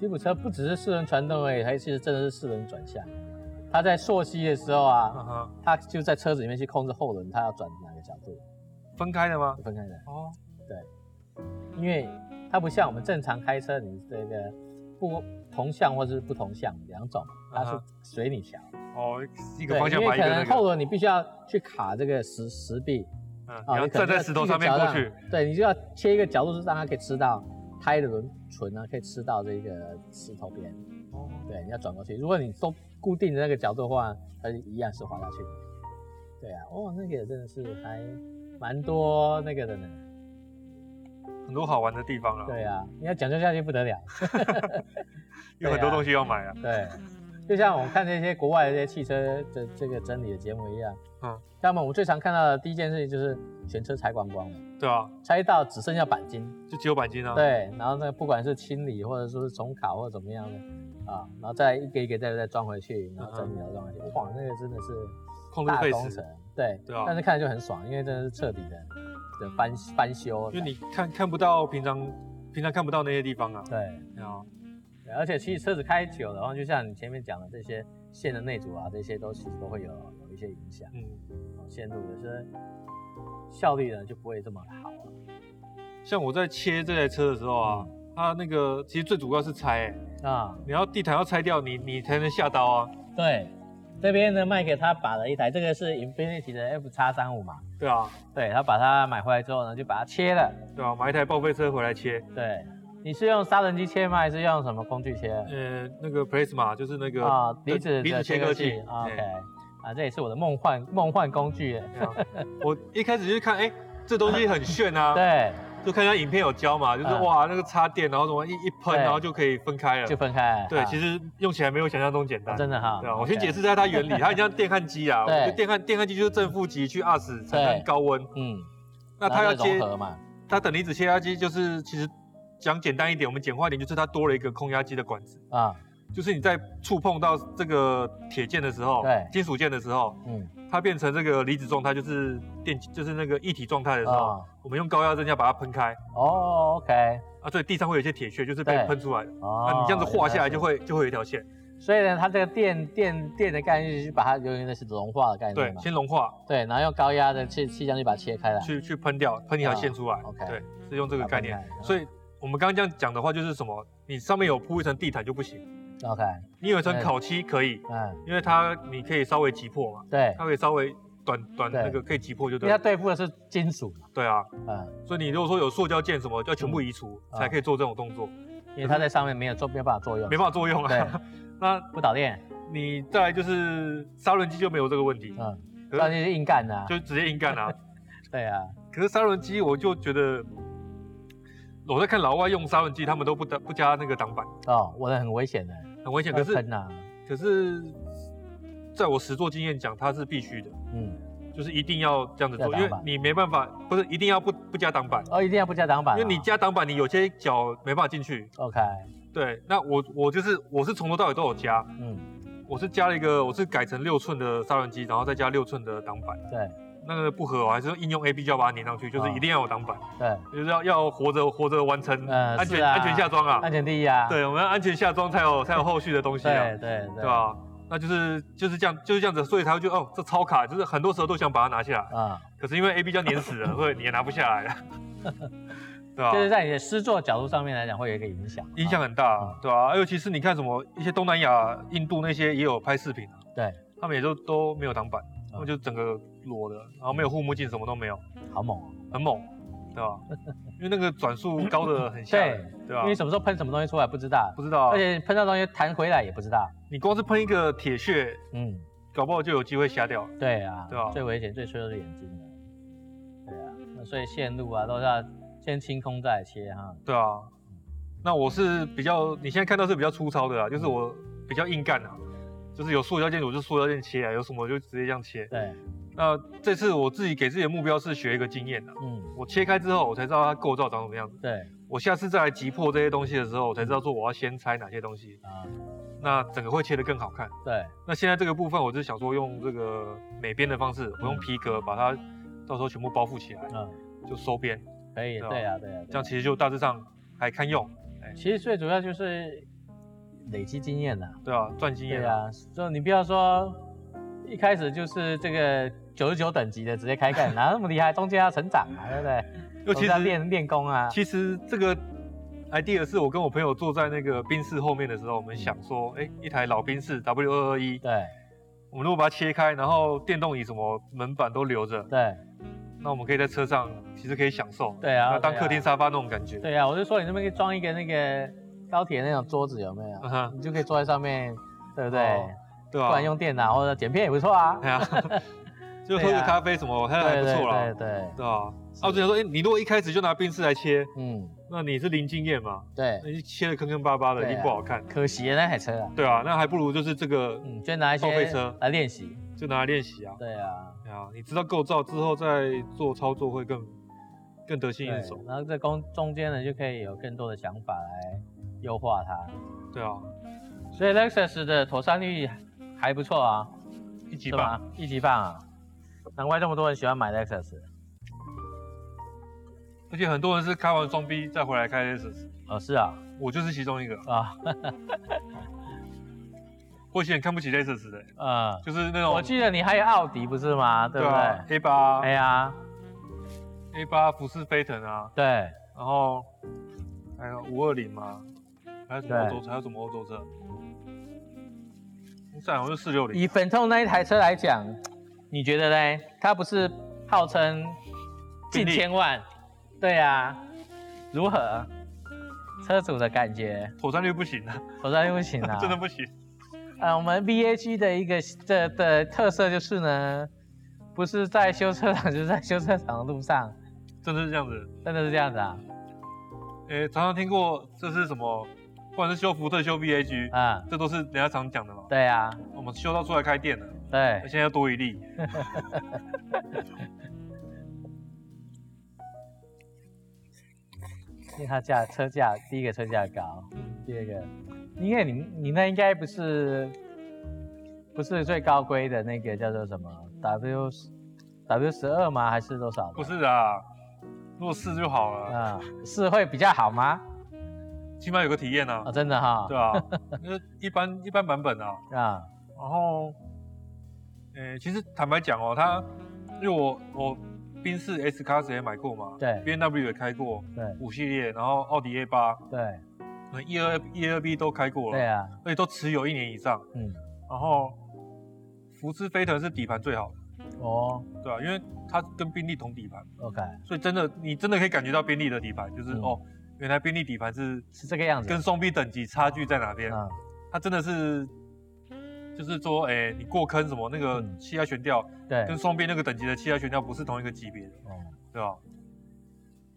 Speaker 1: 吉普车不只是四轮传动而已，还其实真的是四轮转向。他在溯溪的时候啊，
Speaker 2: 嗯哼，
Speaker 1: 他就在车子里面去控制后轮，他要转哪个角度，
Speaker 2: 分开的吗？
Speaker 1: 就分开的，
Speaker 2: 哦，
Speaker 1: 因为它不像我们正常开车，你这个不同向或是不同向两种，它是
Speaker 2: 嗯
Speaker 1: 随你调。
Speaker 2: 哦，一
Speaker 1: 一
Speaker 2: 个方向
Speaker 1: 因
Speaker 2: 把
Speaker 1: 为
Speaker 2: 一
Speaker 1: 可
Speaker 2: 个
Speaker 1: 能
Speaker 2: 那
Speaker 1: 后
Speaker 2: 个，
Speaker 1: 轮你必须要去卡这个石石壁，
Speaker 2: 嗯，
Speaker 1: 啊
Speaker 2: 然后
Speaker 1: 你可能
Speaker 2: 站在
Speaker 1: 要
Speaker 2: 石头
Speaker 1: 一个
Speaker 2: 上面
Speaker 1: 角
Speaker 2: 过
Speaker 1: 上
Speaker 2: 去。
Speaker 1: 对，你就要切一个角度，是让它可以吃到胎的轮唇啊，可以吃到这个石头边。对，你要转过去。如果你都固定的那个角度的话，它就一样是滑下去。对啊，哦，那个真的是还蛮多那个的呢。
Speaker 2: 很多好玩的地方啊，
Speaker 1: 对啊，你要讲究下去不得了。
Speaker 2: 有很
Speaker 1: 对
Speaker 2: 多
Speaker 1: 啊
Speaker 2: 东西要买啊。
Speaker 1: 对，就像我们看那些国外的这些汽车的这个整理的节目一样，
Speaker 2: 嗯，
Speaker 1: 那么我们最常看到的第一件事情就是全车拆光光了，
Speaker 2: 对啊，
Speaker 1: 拆到只剩下钣金。
Speaker 2: 就只有钣金啊。
Speaker 1: 对，然后那个不管是清理或者说是重考或者怎么样的啊，然后再一个一个再再装回去，然后整理
Speaker 2: 嗯
Speaker 1: 然后装回去，哇，那个真的是
Speaker 2: 控制
Speaker 1: 大
Speaker 2: 费
Speaker 1: 工
Speaker 2: 时
Speaker 1: 程，，对，
Speaker 2: 对啊
Speaker 1: 但是看着就很爽，因为真的是彻底的的翻翻修的
Speaker 2: 因为
Speaker 1: 感觉，
Speaker 2: 你看看不到平常平常看不到那些地方啊。
Speaker 1: 对
Speaker 2: 对啊，
Speaker 1: 对，而且其实车子开久了，然后就像你前面讲的这些线的内阻啊，这些都其实都会有有一些影响，
Speaker 2: 嗯。
Speaker 1: 线路有些效率呢就不会这么好了，
Speaker 2: 像我在切这台车的时候啊，
Speaker 1: 嗯
Speaker 2: 它那个其实最主要是拆、欸，
Speaker 1: 啊，
Speaker 2: 你要地毯要拆掉，你你才能下刀啊，
Speaker 1: 对，这边呢卖给他把了一台，这个是 Infinity 的 F 叉三五嘛。
Speaker 2: 对啊，
Speaker 1: 对，他把它买回来之后呢，就把它切了。
Speaker 2: 对啊，买一台报废车回来切，
Speaker 1: 对，你是用砂轮机切吗？还是用什么工具切？
Speaker 2: 呃，那个 Prisma 就是那个
Speaker 1: 啊，
Speaker 2: 对
Speaker 1: 离子
Speaker 2: 离
Speaker 1: 的
Speaker 2: 子切
Speaker 1: 切
Speaker 2: 割
Speaker 1: 割
Speaker 2: 器
Speaker 1: 器。啊 OK，
Speaker 2: 哎
Speaker 1: 啊，这也是我的梦幻梦幻工具耶。
Speaker 2: 啊我一开始就是看，哎、这东西很 炫啊，
Speaker 1: 对，
Speaker 2: 就看人家影片有教嘛，就是、
Speaker 1: 嗯
Speaker 2: 哇，那个插电，然后怎么一一喷，
Speaker 1: 对
Speaker 2: 然后就可以分开了
Speaker 1: 就。分开了。
Speaker 2: 对，
Speaker 1: 啊哦
Speaker 2: 其实用起来没有想象中简单。
Speaker 1: 真的哈。
Speaker 2: 对啊，我先
Speaker 1: OK
Speaker 2: 解释一下它 原理，它很像电焊机啊，我
Speaker 1: 对
Speaker 2: 觉得电焊电焊机就是正负极去 RS 产生
Speaker 1: 对
Speaker 2: 高温，
Speaker 1: 嗯，
Speaker 2: 那它要
Speaker 1: 然后再
Speaker 2: 接
Speaker 1: 融合嘛，
Speaker 2: 它等离子切压机就是其实讲简单一点，我们简化一点，就是它多了一个空压机的管子，
Speaker 1: 啊，
Speaker 2: 就是你在触碰到这个铁件的时候，
Speaker 1: 对
Speaker 2: 金属件的时候，
Speaker 1: 嗯，
Speaker 2: 它变成这个离子状态，就是电就是那个液体状态的时候，
Speaker 1: 啊，
Speaker 2: 我们用高压针要把它喷开
Speaker 1: 哦，OK，
Speaker 2: 啊，所以地上会有一些铁屑，就是被
Speaker 1: 对
Speaker 2: 喷出来的
Speaker 1: 哦，
Speaker 2: 啊，你这样子画下来就
Speaker 1: 会。
Speaker 2: 会就会有一条线，
Speaker 1: 所以呢，它这个电电电的概念就是把它有点类似融化的概
Speaker 2: 对
Speaker 1: 念，嘛，
Speaker 2: 先融化
Speaker 1: 对，然后用高压的气气枪去把它切开来，
Speaker 2: 去去喷掉，喷一条线出来
Speaker 1: 啊，OK，
Speaker 2: 对，是用这个
Speaker 1: 把它
Speaker 2: 概
Speaker 1: 分
Speaker 2: 念
Speaker 1: 开，嗯
Speaker 2: 所以我们刚刚这样讲的话就是什么，你上面有铺一层地毯就不行，
Speaker 1: ，OK，
Speaker 2: 你有一层
Speaker 1: 对
Speaker 2: 烤漆可以。
Speaker 1: 嗯，
Speaker 2: 因为它你可以稍微击破嘛，
Speaker 1: 对，
Speaker 2: 它可以稍微短短
Speaker 1: 对
Speaker 2: 那个可以击破就
Speaker 1: 因
Speaker 2: 对
Speaker 1: 为它
Speaker 2: 了。
Speaker 1: 对付的是金属嘛，
Speaker 2: 对啊，
Speaker 1: 嗯，
Speaker 2: 所以你如果说有塑胶件什么，要全部移除
Speaker 1: 嗯
Speaker 2: 才可以做这种动作，
Speaker 1: 因为它在上面没有做没有办法作用，
Speaker 2: 没办法作用
Speaker 1: 对
Speaker 2: 啊。 那
Speaker 1: 不导电，
Speaker 2: 你再来就是砂轮机就没有这个问题，
Speaker 1: 嗯，不
Speaker 2: 可
Speaker 1: 然
Speaker 2: 是
Speaker 1: 就是硬干的啊，
Speaker 2: 就直接硬干啊。
Speaker 1: 对啊，
Speaker 2: 可是砂轮机我就觉得，我在看老外用砂轮机，他们都不打不加那个挡板，
Speaker 1: 哦，我的很危险的，
Speaker 2: 很危险。可
Speaker 1: 会
Speaker 2: 是
Speaker 1: 喷啊，
Speaker 2: 可是，在我实作经验讲，它是必须的，
Speaker 1: 嗯，
Speaker 2: 就是一定要这样子
Speaker 1: 要
Speaker 2: 做，因
Speaker 1: 挡
Speaker 2: 为
Speaker 1: 板
Speaker 2: 你没办法，不是一定要不不加挡板。
Speaker 1: 哦，一定要不加挡板啊，
Speaker 2: 因为你加挡板，你有些脚没办法进去。
Speaker 1: OK，
Speaker 2: 对，那我我就是我是从头到尾都有加，
Speaker 1: 嗯，
Speaker 2: 我是加了一个，我是改成六寸的砂轮机，然后再加六寸的挡板。
Speaker 1: 对
Speaker 2: 那个不合，我还是应用 A B 胶把它粘上去，就是
Speaker 1: 啊
Speaker 2: 一定要有挡板，
Speaker 1: 对，
Speaker 2: 就是要要活着活着完成
Speaker 1: 呃
Speaker 2: 安全、
Speaker 1: 是啊
Speaker 2: 安全下装啊。
Speaker 1: 安全第一啊，
Speaker 2: 对，我们要安全下装才 有才有后续的东西啊
Speaker 1: 对，对
Speaker 2: 对吧、那就是就是这样就是这样子，所以才会觉得哦，这超卡，就是很多时候都想把它拿下来，
Speaker 1: 啊，
Speaker 2: 可是因为 A B 胶粘死 了，所以你也拿不下来了，对吧、
Speaker 1: 就是在你的诗作角度上面来讲，会有一个影响，
Speaker 2: 啊影响很大，对啊？尤其是你看什么一些东南亚、印度那些也有拍视频啊，
Speaker 1: 对，嗯
Speaker 2: 他们也都都没有挡板，他们就整个裸的，然后没有护目镜，什么都没有，
Speaker 1: 好猛哦。
Speaker 2: 很猛，对吧？因为那个转速高的很吓人，对吧
Speaker 1: 因为？什么时候喷什么东西出来不知道，
Speaker 2: 不知道啊
Speaker 1: 而，且喷到东西弹回来也不知道。
Speaker 2: 你光是喷一个铁屑，
Speaker 1: 嗯，
Speaker 2: 搞不好就有机会瞎掉。
Speaker 1: 对啊，
Speaker 2: 对啊
Speaker 1: 最危险、最脆弱的眼睛了。对啊，那所以线路啊都是要先清空再切哈。
Speaker 2: 对啊，那我是比较，你现在看到是比较粗糙的啦，就是我比较硬干啊，就是有塑胶件我就塑胶件切啊，有什么我就直接这样切。
Speaker 1: 对，
Speaker 2: 那这次我自己给自己的目标是学一个经验啊。
Speaker 1: 嗯，
Speaker 2: 我切开之后，我才知道它构造长什么样子。
Speaker 1: 对
Speaker 2: 我下次再来击破这些东西的时候，我才知道说我要先拆哪些东西，
Speaker 1: 啊，
Speaker 2: 那整个会切得更好看。
Speaker 1: 对，
Speaker 2: 那现在这个部分，我就想说用这个美编的方式，我用皮革把它到时候全部包覆起来，
Speaker 1: 嗯，
Speaker 2: 就收边，
Speaker 1: 可以，
Speaker 2: 对啊
Speaker 1: 对啊，对啊。
Speaker 2: 这样
Speaker 1: 对啊
Speaker 2: 其实就大致上还堪用，
Speaker 1: 其实最主要就是累积经验呐。
Speaker 2: 对啊，赚经验
Speaker 1: 对。啊，就你不要说一开始就是这个九十九等级的直接开 干，哪那么厉害？中间要成长啊，对不对？
Speaker 2: 尤
Speaker 1: 总
Speaker 2: 其
Speaker 1: 是要
Speaker 2: 是
Speaker 1: 练练功啊。
Speaker 2: 其实这个 idea 是我跟我朋友坐在那个宾士后面的时候，我们想说，哎，一台老宾士 W 二二一，
Speaker 1: 对
Speaker 2: 我们如果把它切开，然后电动椅什么门板都留着，
Speaker 1: 对。
Speaker 2: 那我们可以在车上，其实可以享受，
Speaker 1: 对啊
Speaker 2: 那当
Speaker 1: 对啊
Speaker 2: 客厅沙发那种感觉。
Speaker 1: 对啊呀、我就说你那边可以装一个那个高铁那种桌子有没有？
Speaker 2: 嗯哼，
Speaker 1: 你就可以坐在上面，对不对？
Speaker 2: 哦对
Speaker 1: 不
Speaker 2: 啊，
Speaker 1: 然用电脑或者剪片也不错啊。
Speaker 2: 哎呀，就喝
Speaker 1: 对
Speaker 2: 个
Speaker 1: 啊
Speaker 2: 咖啡什么，还
Speaker 1: 对
Speaker 2: 还不错
Speaker 1: 对对
Speaker 2: 啦，
Speaker 1: 对，
Speaker 2: 对啊。啊，我就想说，哎，你如果一开始就拿冰室来切，
Speaker 1: 嗯，
Speaker 2: 那你是零经验嘛，
Speaker 1: 对，
Speaker 2: 那你切的坑坑巴巴的，
Speaker 1: 对啊
Speaker 2: 一定不好看。
Speaker 1: 可惜那台车啊，
Speaker 2: 对啊，那还不如就是这个
Speaker 1: 嗯，就拿一
Speaker 2: 报废
Speaker 1: 些
Speaker 2: 车
Speaker 1: 来练习。
Speaker 2: 就拿来练习啊。
Speaker 1: 对啊，
Speaker 2: 对啊，你知道构造之后再做操作会更更得心
Speaker 1: 对
Speaker 2: 应手。，
Speaker 1: 然后这中中间呢就可以有更多的想法来优化它。
Speaker 2: 对啊，
Speaker 1: 所以 Lexus 的妥善率还不错啊，
Speaker 2: 一级
Speaker 1: 是
Speaker 2: 棒。
Speaker 1: 吧？一级棒啊，难怪这么多人喜欢买 Lexus。
Speaker 2: 而且很多人是开完双 B 再回来开 S，
Speaker 1: 哦，是啊，
Speaker 2: 我就是其中一个。
Speaker 1: 啊，
Speaker 2: 我以前很看不起 Lexus 的，
Speaker 1: 嗯。
Speaker 2: 就是那
Speaker 1: 我
Speaker 2: 种
Speaker 1: 记得你还有奥迪不是吗？对不对？
Speaker 2: 啊，A 八
Speaker 1: 哎呀，
Speaker 2: A 八福斯飞腾啊，
Speaker 1: 对
Speaker 2: 然后还有五二零嘛，还有什
Speaker 1: 对
Speaker 2: 么欧洲车？还有什么欧洲车？算了，我就四六零。
Speaker 1: 以粉痛那一台车来讲，你觉得呢？它不是号称近
Speaker 2: 宾利
Speaker 1: 千万？对啊，如何？车主的感觉，
Speaker 2: 妥善率不行啊，
Speaker 1: 我说又不行啊，
Speaker 2: 真的不行。
Speaker 1: 呃，我们 VAG 的一个的的特色就是呢，不是在修车厂，就是在修车厂的路上，
Speaker 2: 真的是这样子。
Speaker 1: 真的是这样子啊
Speaker 2: 诶，常常听过这是什么，不管是修福特、修 VAG，、
Speaker 1: 啊、
Speaker 2: 这都是人家常讲的嘛。
Speaker 1: 对啊，
Speaker 2: 我们修到出来开店了，
Speaker 1: 对，
Speaker 2: 现在要多一例。
Speaker 1: 因为它价车价第一个车价高，第二个，因为你你那应该不是不是最高规的那个叫做什么 W W 十二吗？还是多少的？
Speaker 2: 不是啊，如果试就好了，
Speaker 1: 啊，是会比较好吗？
Speaker 2: 起码有个体验啊
Speaker 1: 啊、。真的哈、
Speaker 2: 对啊，就是一般一般版本啊。
Speaker 1: 啊，
Speaker 2: 然后，诶，其实坦白讲哦，它因为我我宾士 S 卡 s 也买过嘛，
Speaker 1: 对
Speaker 2: ，B N W 也开过，
Speaker 1: 对
Speaker 2: 五系列，然后奥迪 A 八，
Speaker 1: 对
Speaker 2: 一二一二 B 都开过了，
Speaker 1: 对啊，
Speaker 2: 而且都持有一年以上。
Speaker 1: 嗯，
Speaker 2: 然后福斯飞腾是底盘最好的，
Speaker 1: 哦
Speaker 2: 对啊，因为它跟宾利同底盘，
Speaker 1: ，OK，
Speaker 2: 所以真的你真的可以感觉到宾利的底盘，就是、
Speaker 1: 嗯
Speaker 2: 哦，原来宾利底盘是
Speaker 1: 是这个样子。
Speaker 2: 跟双 B 等级差距在哪边？
Speaker 1: 啊，
Speaker 2: 它真的是，就是说，哎、你过坑什么那个
Speaker 1: 嗯
Speaker 2: 气压悬吊、
Speaker 1: 对，
Speaker 2: 跟双 B 那个等级的气压悬吊不是同一个级别的，
Speaker 1: 哦
Speaker 2: 对吧？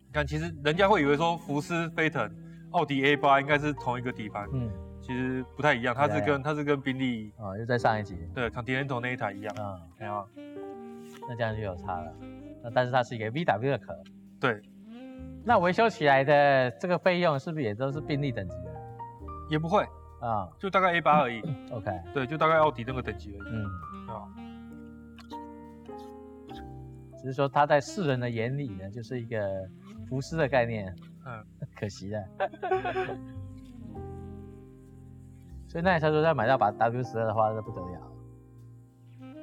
Speaker 2: 你看，其实人家会以为说福斯飞腾、奥迪 A 八应该是同一个底盘，
Speaker 1: 嗯，
Speaker 2: 其实不太一样，它是
Speaker 1: 对
Speaker 2: 跟它是跟宾利
Speaker 1: 哦，又在上一集，
Speaker 2: 对 Continental 那一台一样，
Speaker 1: 嗯，
Speaker 2: 对啊，
Speaker 1: 那这样就有差了。那但是它是一个 VW 的壳，
Speaker 2: 对，
Speaker 1: 那维修起来的这个费用是不是也都是病例等级的？
Speaker 2: 也不会，
Speaker 1: 啊、
Speaker 2: 就大概 A 八而已，
Speaker 1: o k
Speaker 2: 对，就大概奥迪那个等级而已，
Speaker 1: 嗯，
Speaker 2: 对啊吧？
Speaker 1: 只是说它在世人的眼里呢，就是一个浮尸的概念，
Speaker 2: 嗯，
Speaker 1: 可惜了。所以那你才说要买到把 W 十二的话，那不得了，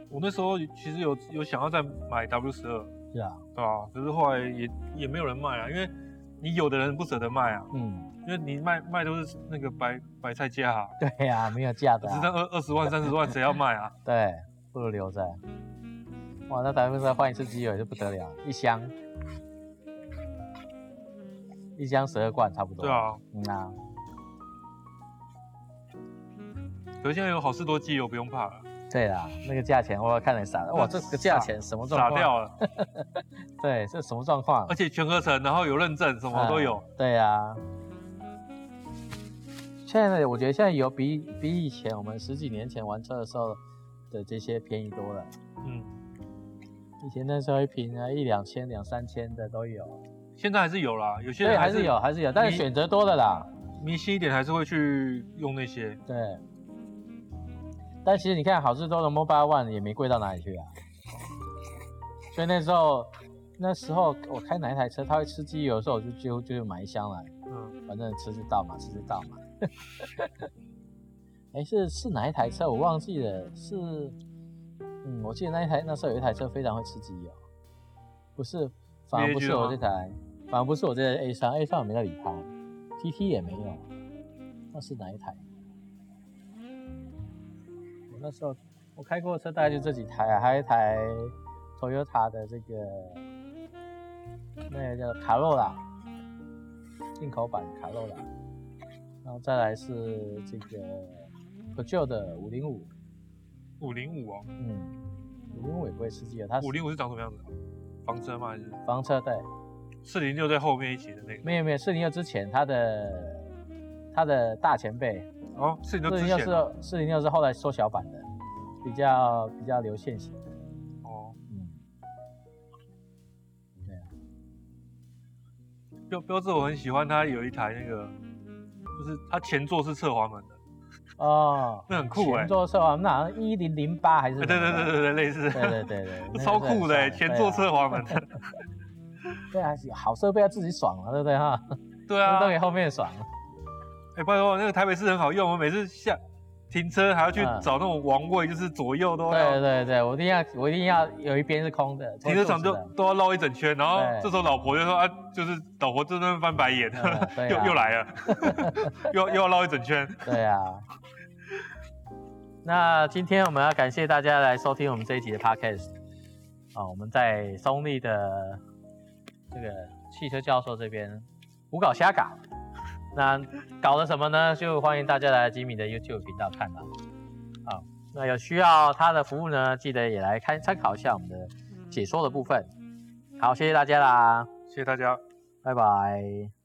Speaker 2: 我那时候其实有有想要再买 W 十二，
Speaker 1: 是啊，
Speaker 2: 对啊，只是后来也也没有人卖啊，因为你有的人不舍得卖啊，
Speaker 1: 嗯，
Speaker 2: 因为你卖卖都是那个白白菜价、啊，
Speaker 1: 对呀、没有价的、
Speaker 2: 只
Speaker 1: 啊
Speaker 2: 剩，二二十万三十万，谁要卖 啊？
Speaker 1: 对，不如留着。哇，那百分之换一次机油也是不得了，一箱，一箱十二罐差不多。
Speaker 2: 对，啊，
Speaker 1: 嗯啊，
Speaker 2: 可是现在有好事多机油不用怕了，
Speaker 1: 对啦，那个价钱我看了傻了，哇，这个价钱什么状
Speaker 2: 傻
Speaker 1: 况？
Speaker 2: 掉了，
Speaker 1: 对，这什么状况
Speaker 2: 而？且全合成，然后有认证，什么都有，
Speaker 1: 对啊。现在我觉得现在有比比以前我们十几年前玩车的时候的这些便宜多了。
Speaker 2: 嗯，
Speaker 1: 以前那时候一瓶啊一两千两三千的都有，
Speaker 2: 现在还是有啦，有些
Speaker 1: 对，
Speaker 2: 人
Speaker 1: 还是有还是有，但是
Speaker 2: 你
Speaker 1: 选择多了啦。
Speaker 2: 迷信一点，还是会去用那些，
Speaker 1: 对。但其实你看，好事多的 Mobile One 也没贵到哪里去啊。所以那时候，那时候我开哪一台车，它会吃机油的时候，我就几乎就是买一箱来，
Speaker 2: 嗯，
Speaker 1: 反正吃就到嘛，吃就到嘛。 哎，是是哪一台车我忘记了，是，嗯，我记得那一台那时候有一台车非常会吃机油，不是，反而不是
Speaker 2: VAG
Speaker 1: 我这台，反而不是我这台 A 三，A 三我没在理它，TT 也没有，那是哪一台？我那时候我开过的车大概就这几台啊，还有一台 Toyota 的这个那个叫卡罗拉进口版卡罗拉，然后再来是这个 Peugeot 的五零五，
Speaker 2: 五零五哦，
Speaker 1: 嗯，五零五也不会吃鸡的，它是
Speaker 2: 五零五是长什么样子啊？房车吗？还是
Speaker 1: 房车对，
Speaker 2: 四零六在后面一起的那个？
Speaker 1: 没有没有四零六之前它的它的大前辈
Speaker 2: 哦，四
Speaker 1: 四
Speaker 2: 零六之
Speaker 1: 零
Speaker 2: 前
Speaker 1: 六
Speaker 2: 啊
Speaker 1: 是四零六是后来缩小版的，比较比较流线型。
Speaker 2: 哦，
Speaker 1: 嗯，
Speaker 2: 标标志我很喜欢，它有一台那个，就是它前座是侧滑门的，
Speaker 1: 哦，
Speaker 2: 那很酷哎、
Speaker 1: 前座侧滑门，那好像一零零八还是
Speaker 2: 哎
Speaker 1: 什么
Speaker 2: 对
Speaker 1: 的、
Speaker 2: 对对对对，类似，，
Speaker 1: 对对对对
Speaker 2: 超酷的、哎前座侧
Speaker 1: 车，
Speaker 2: 滑门 的，
Speaker 1: 啊对啊，好设备要自己爽嘛，对不对哈？
Speaker 2: 对 啊
Speaker 1: 都，给后面爽。
Speaker 2: 哎，拜托，那个台北市很好用，我每次下停车还要去
Speaker 1: 嗯
Speaker 2: 找那种王位，就是左右 都
Speaker 1: 对
Speaker 2: 要，
Speaker 1: 对对，我一定要我一定要有一边是空的，
Speaker 2: 停车场就
Speaker 1: 坐着的
Speaker 2: 都要绕一整圈，然后
Speaker 1: 对
Speaker 2: 这时候老婆就说啊，就是老婆就在那边翻白眼，
Speaker 1: 嗯对啊
Speaker 2: 又又来 了，又又要绕一整圈，
Speaker 1: 对啊。那今天我们要感谢大家来收听我们这一集的 podcast 啊、我们在松立的这个汽车教授这边胡搞瞎搞，那搞了什么呢？就欢迎大家来吉米的 YouTube 频道看到。啊那有需要他的服务呢，记得也来看参考一下我们的解说的部分。好，谢谢大家啦，
Speaker 2: 谢谢大家。
Speaker 1: 拜拜。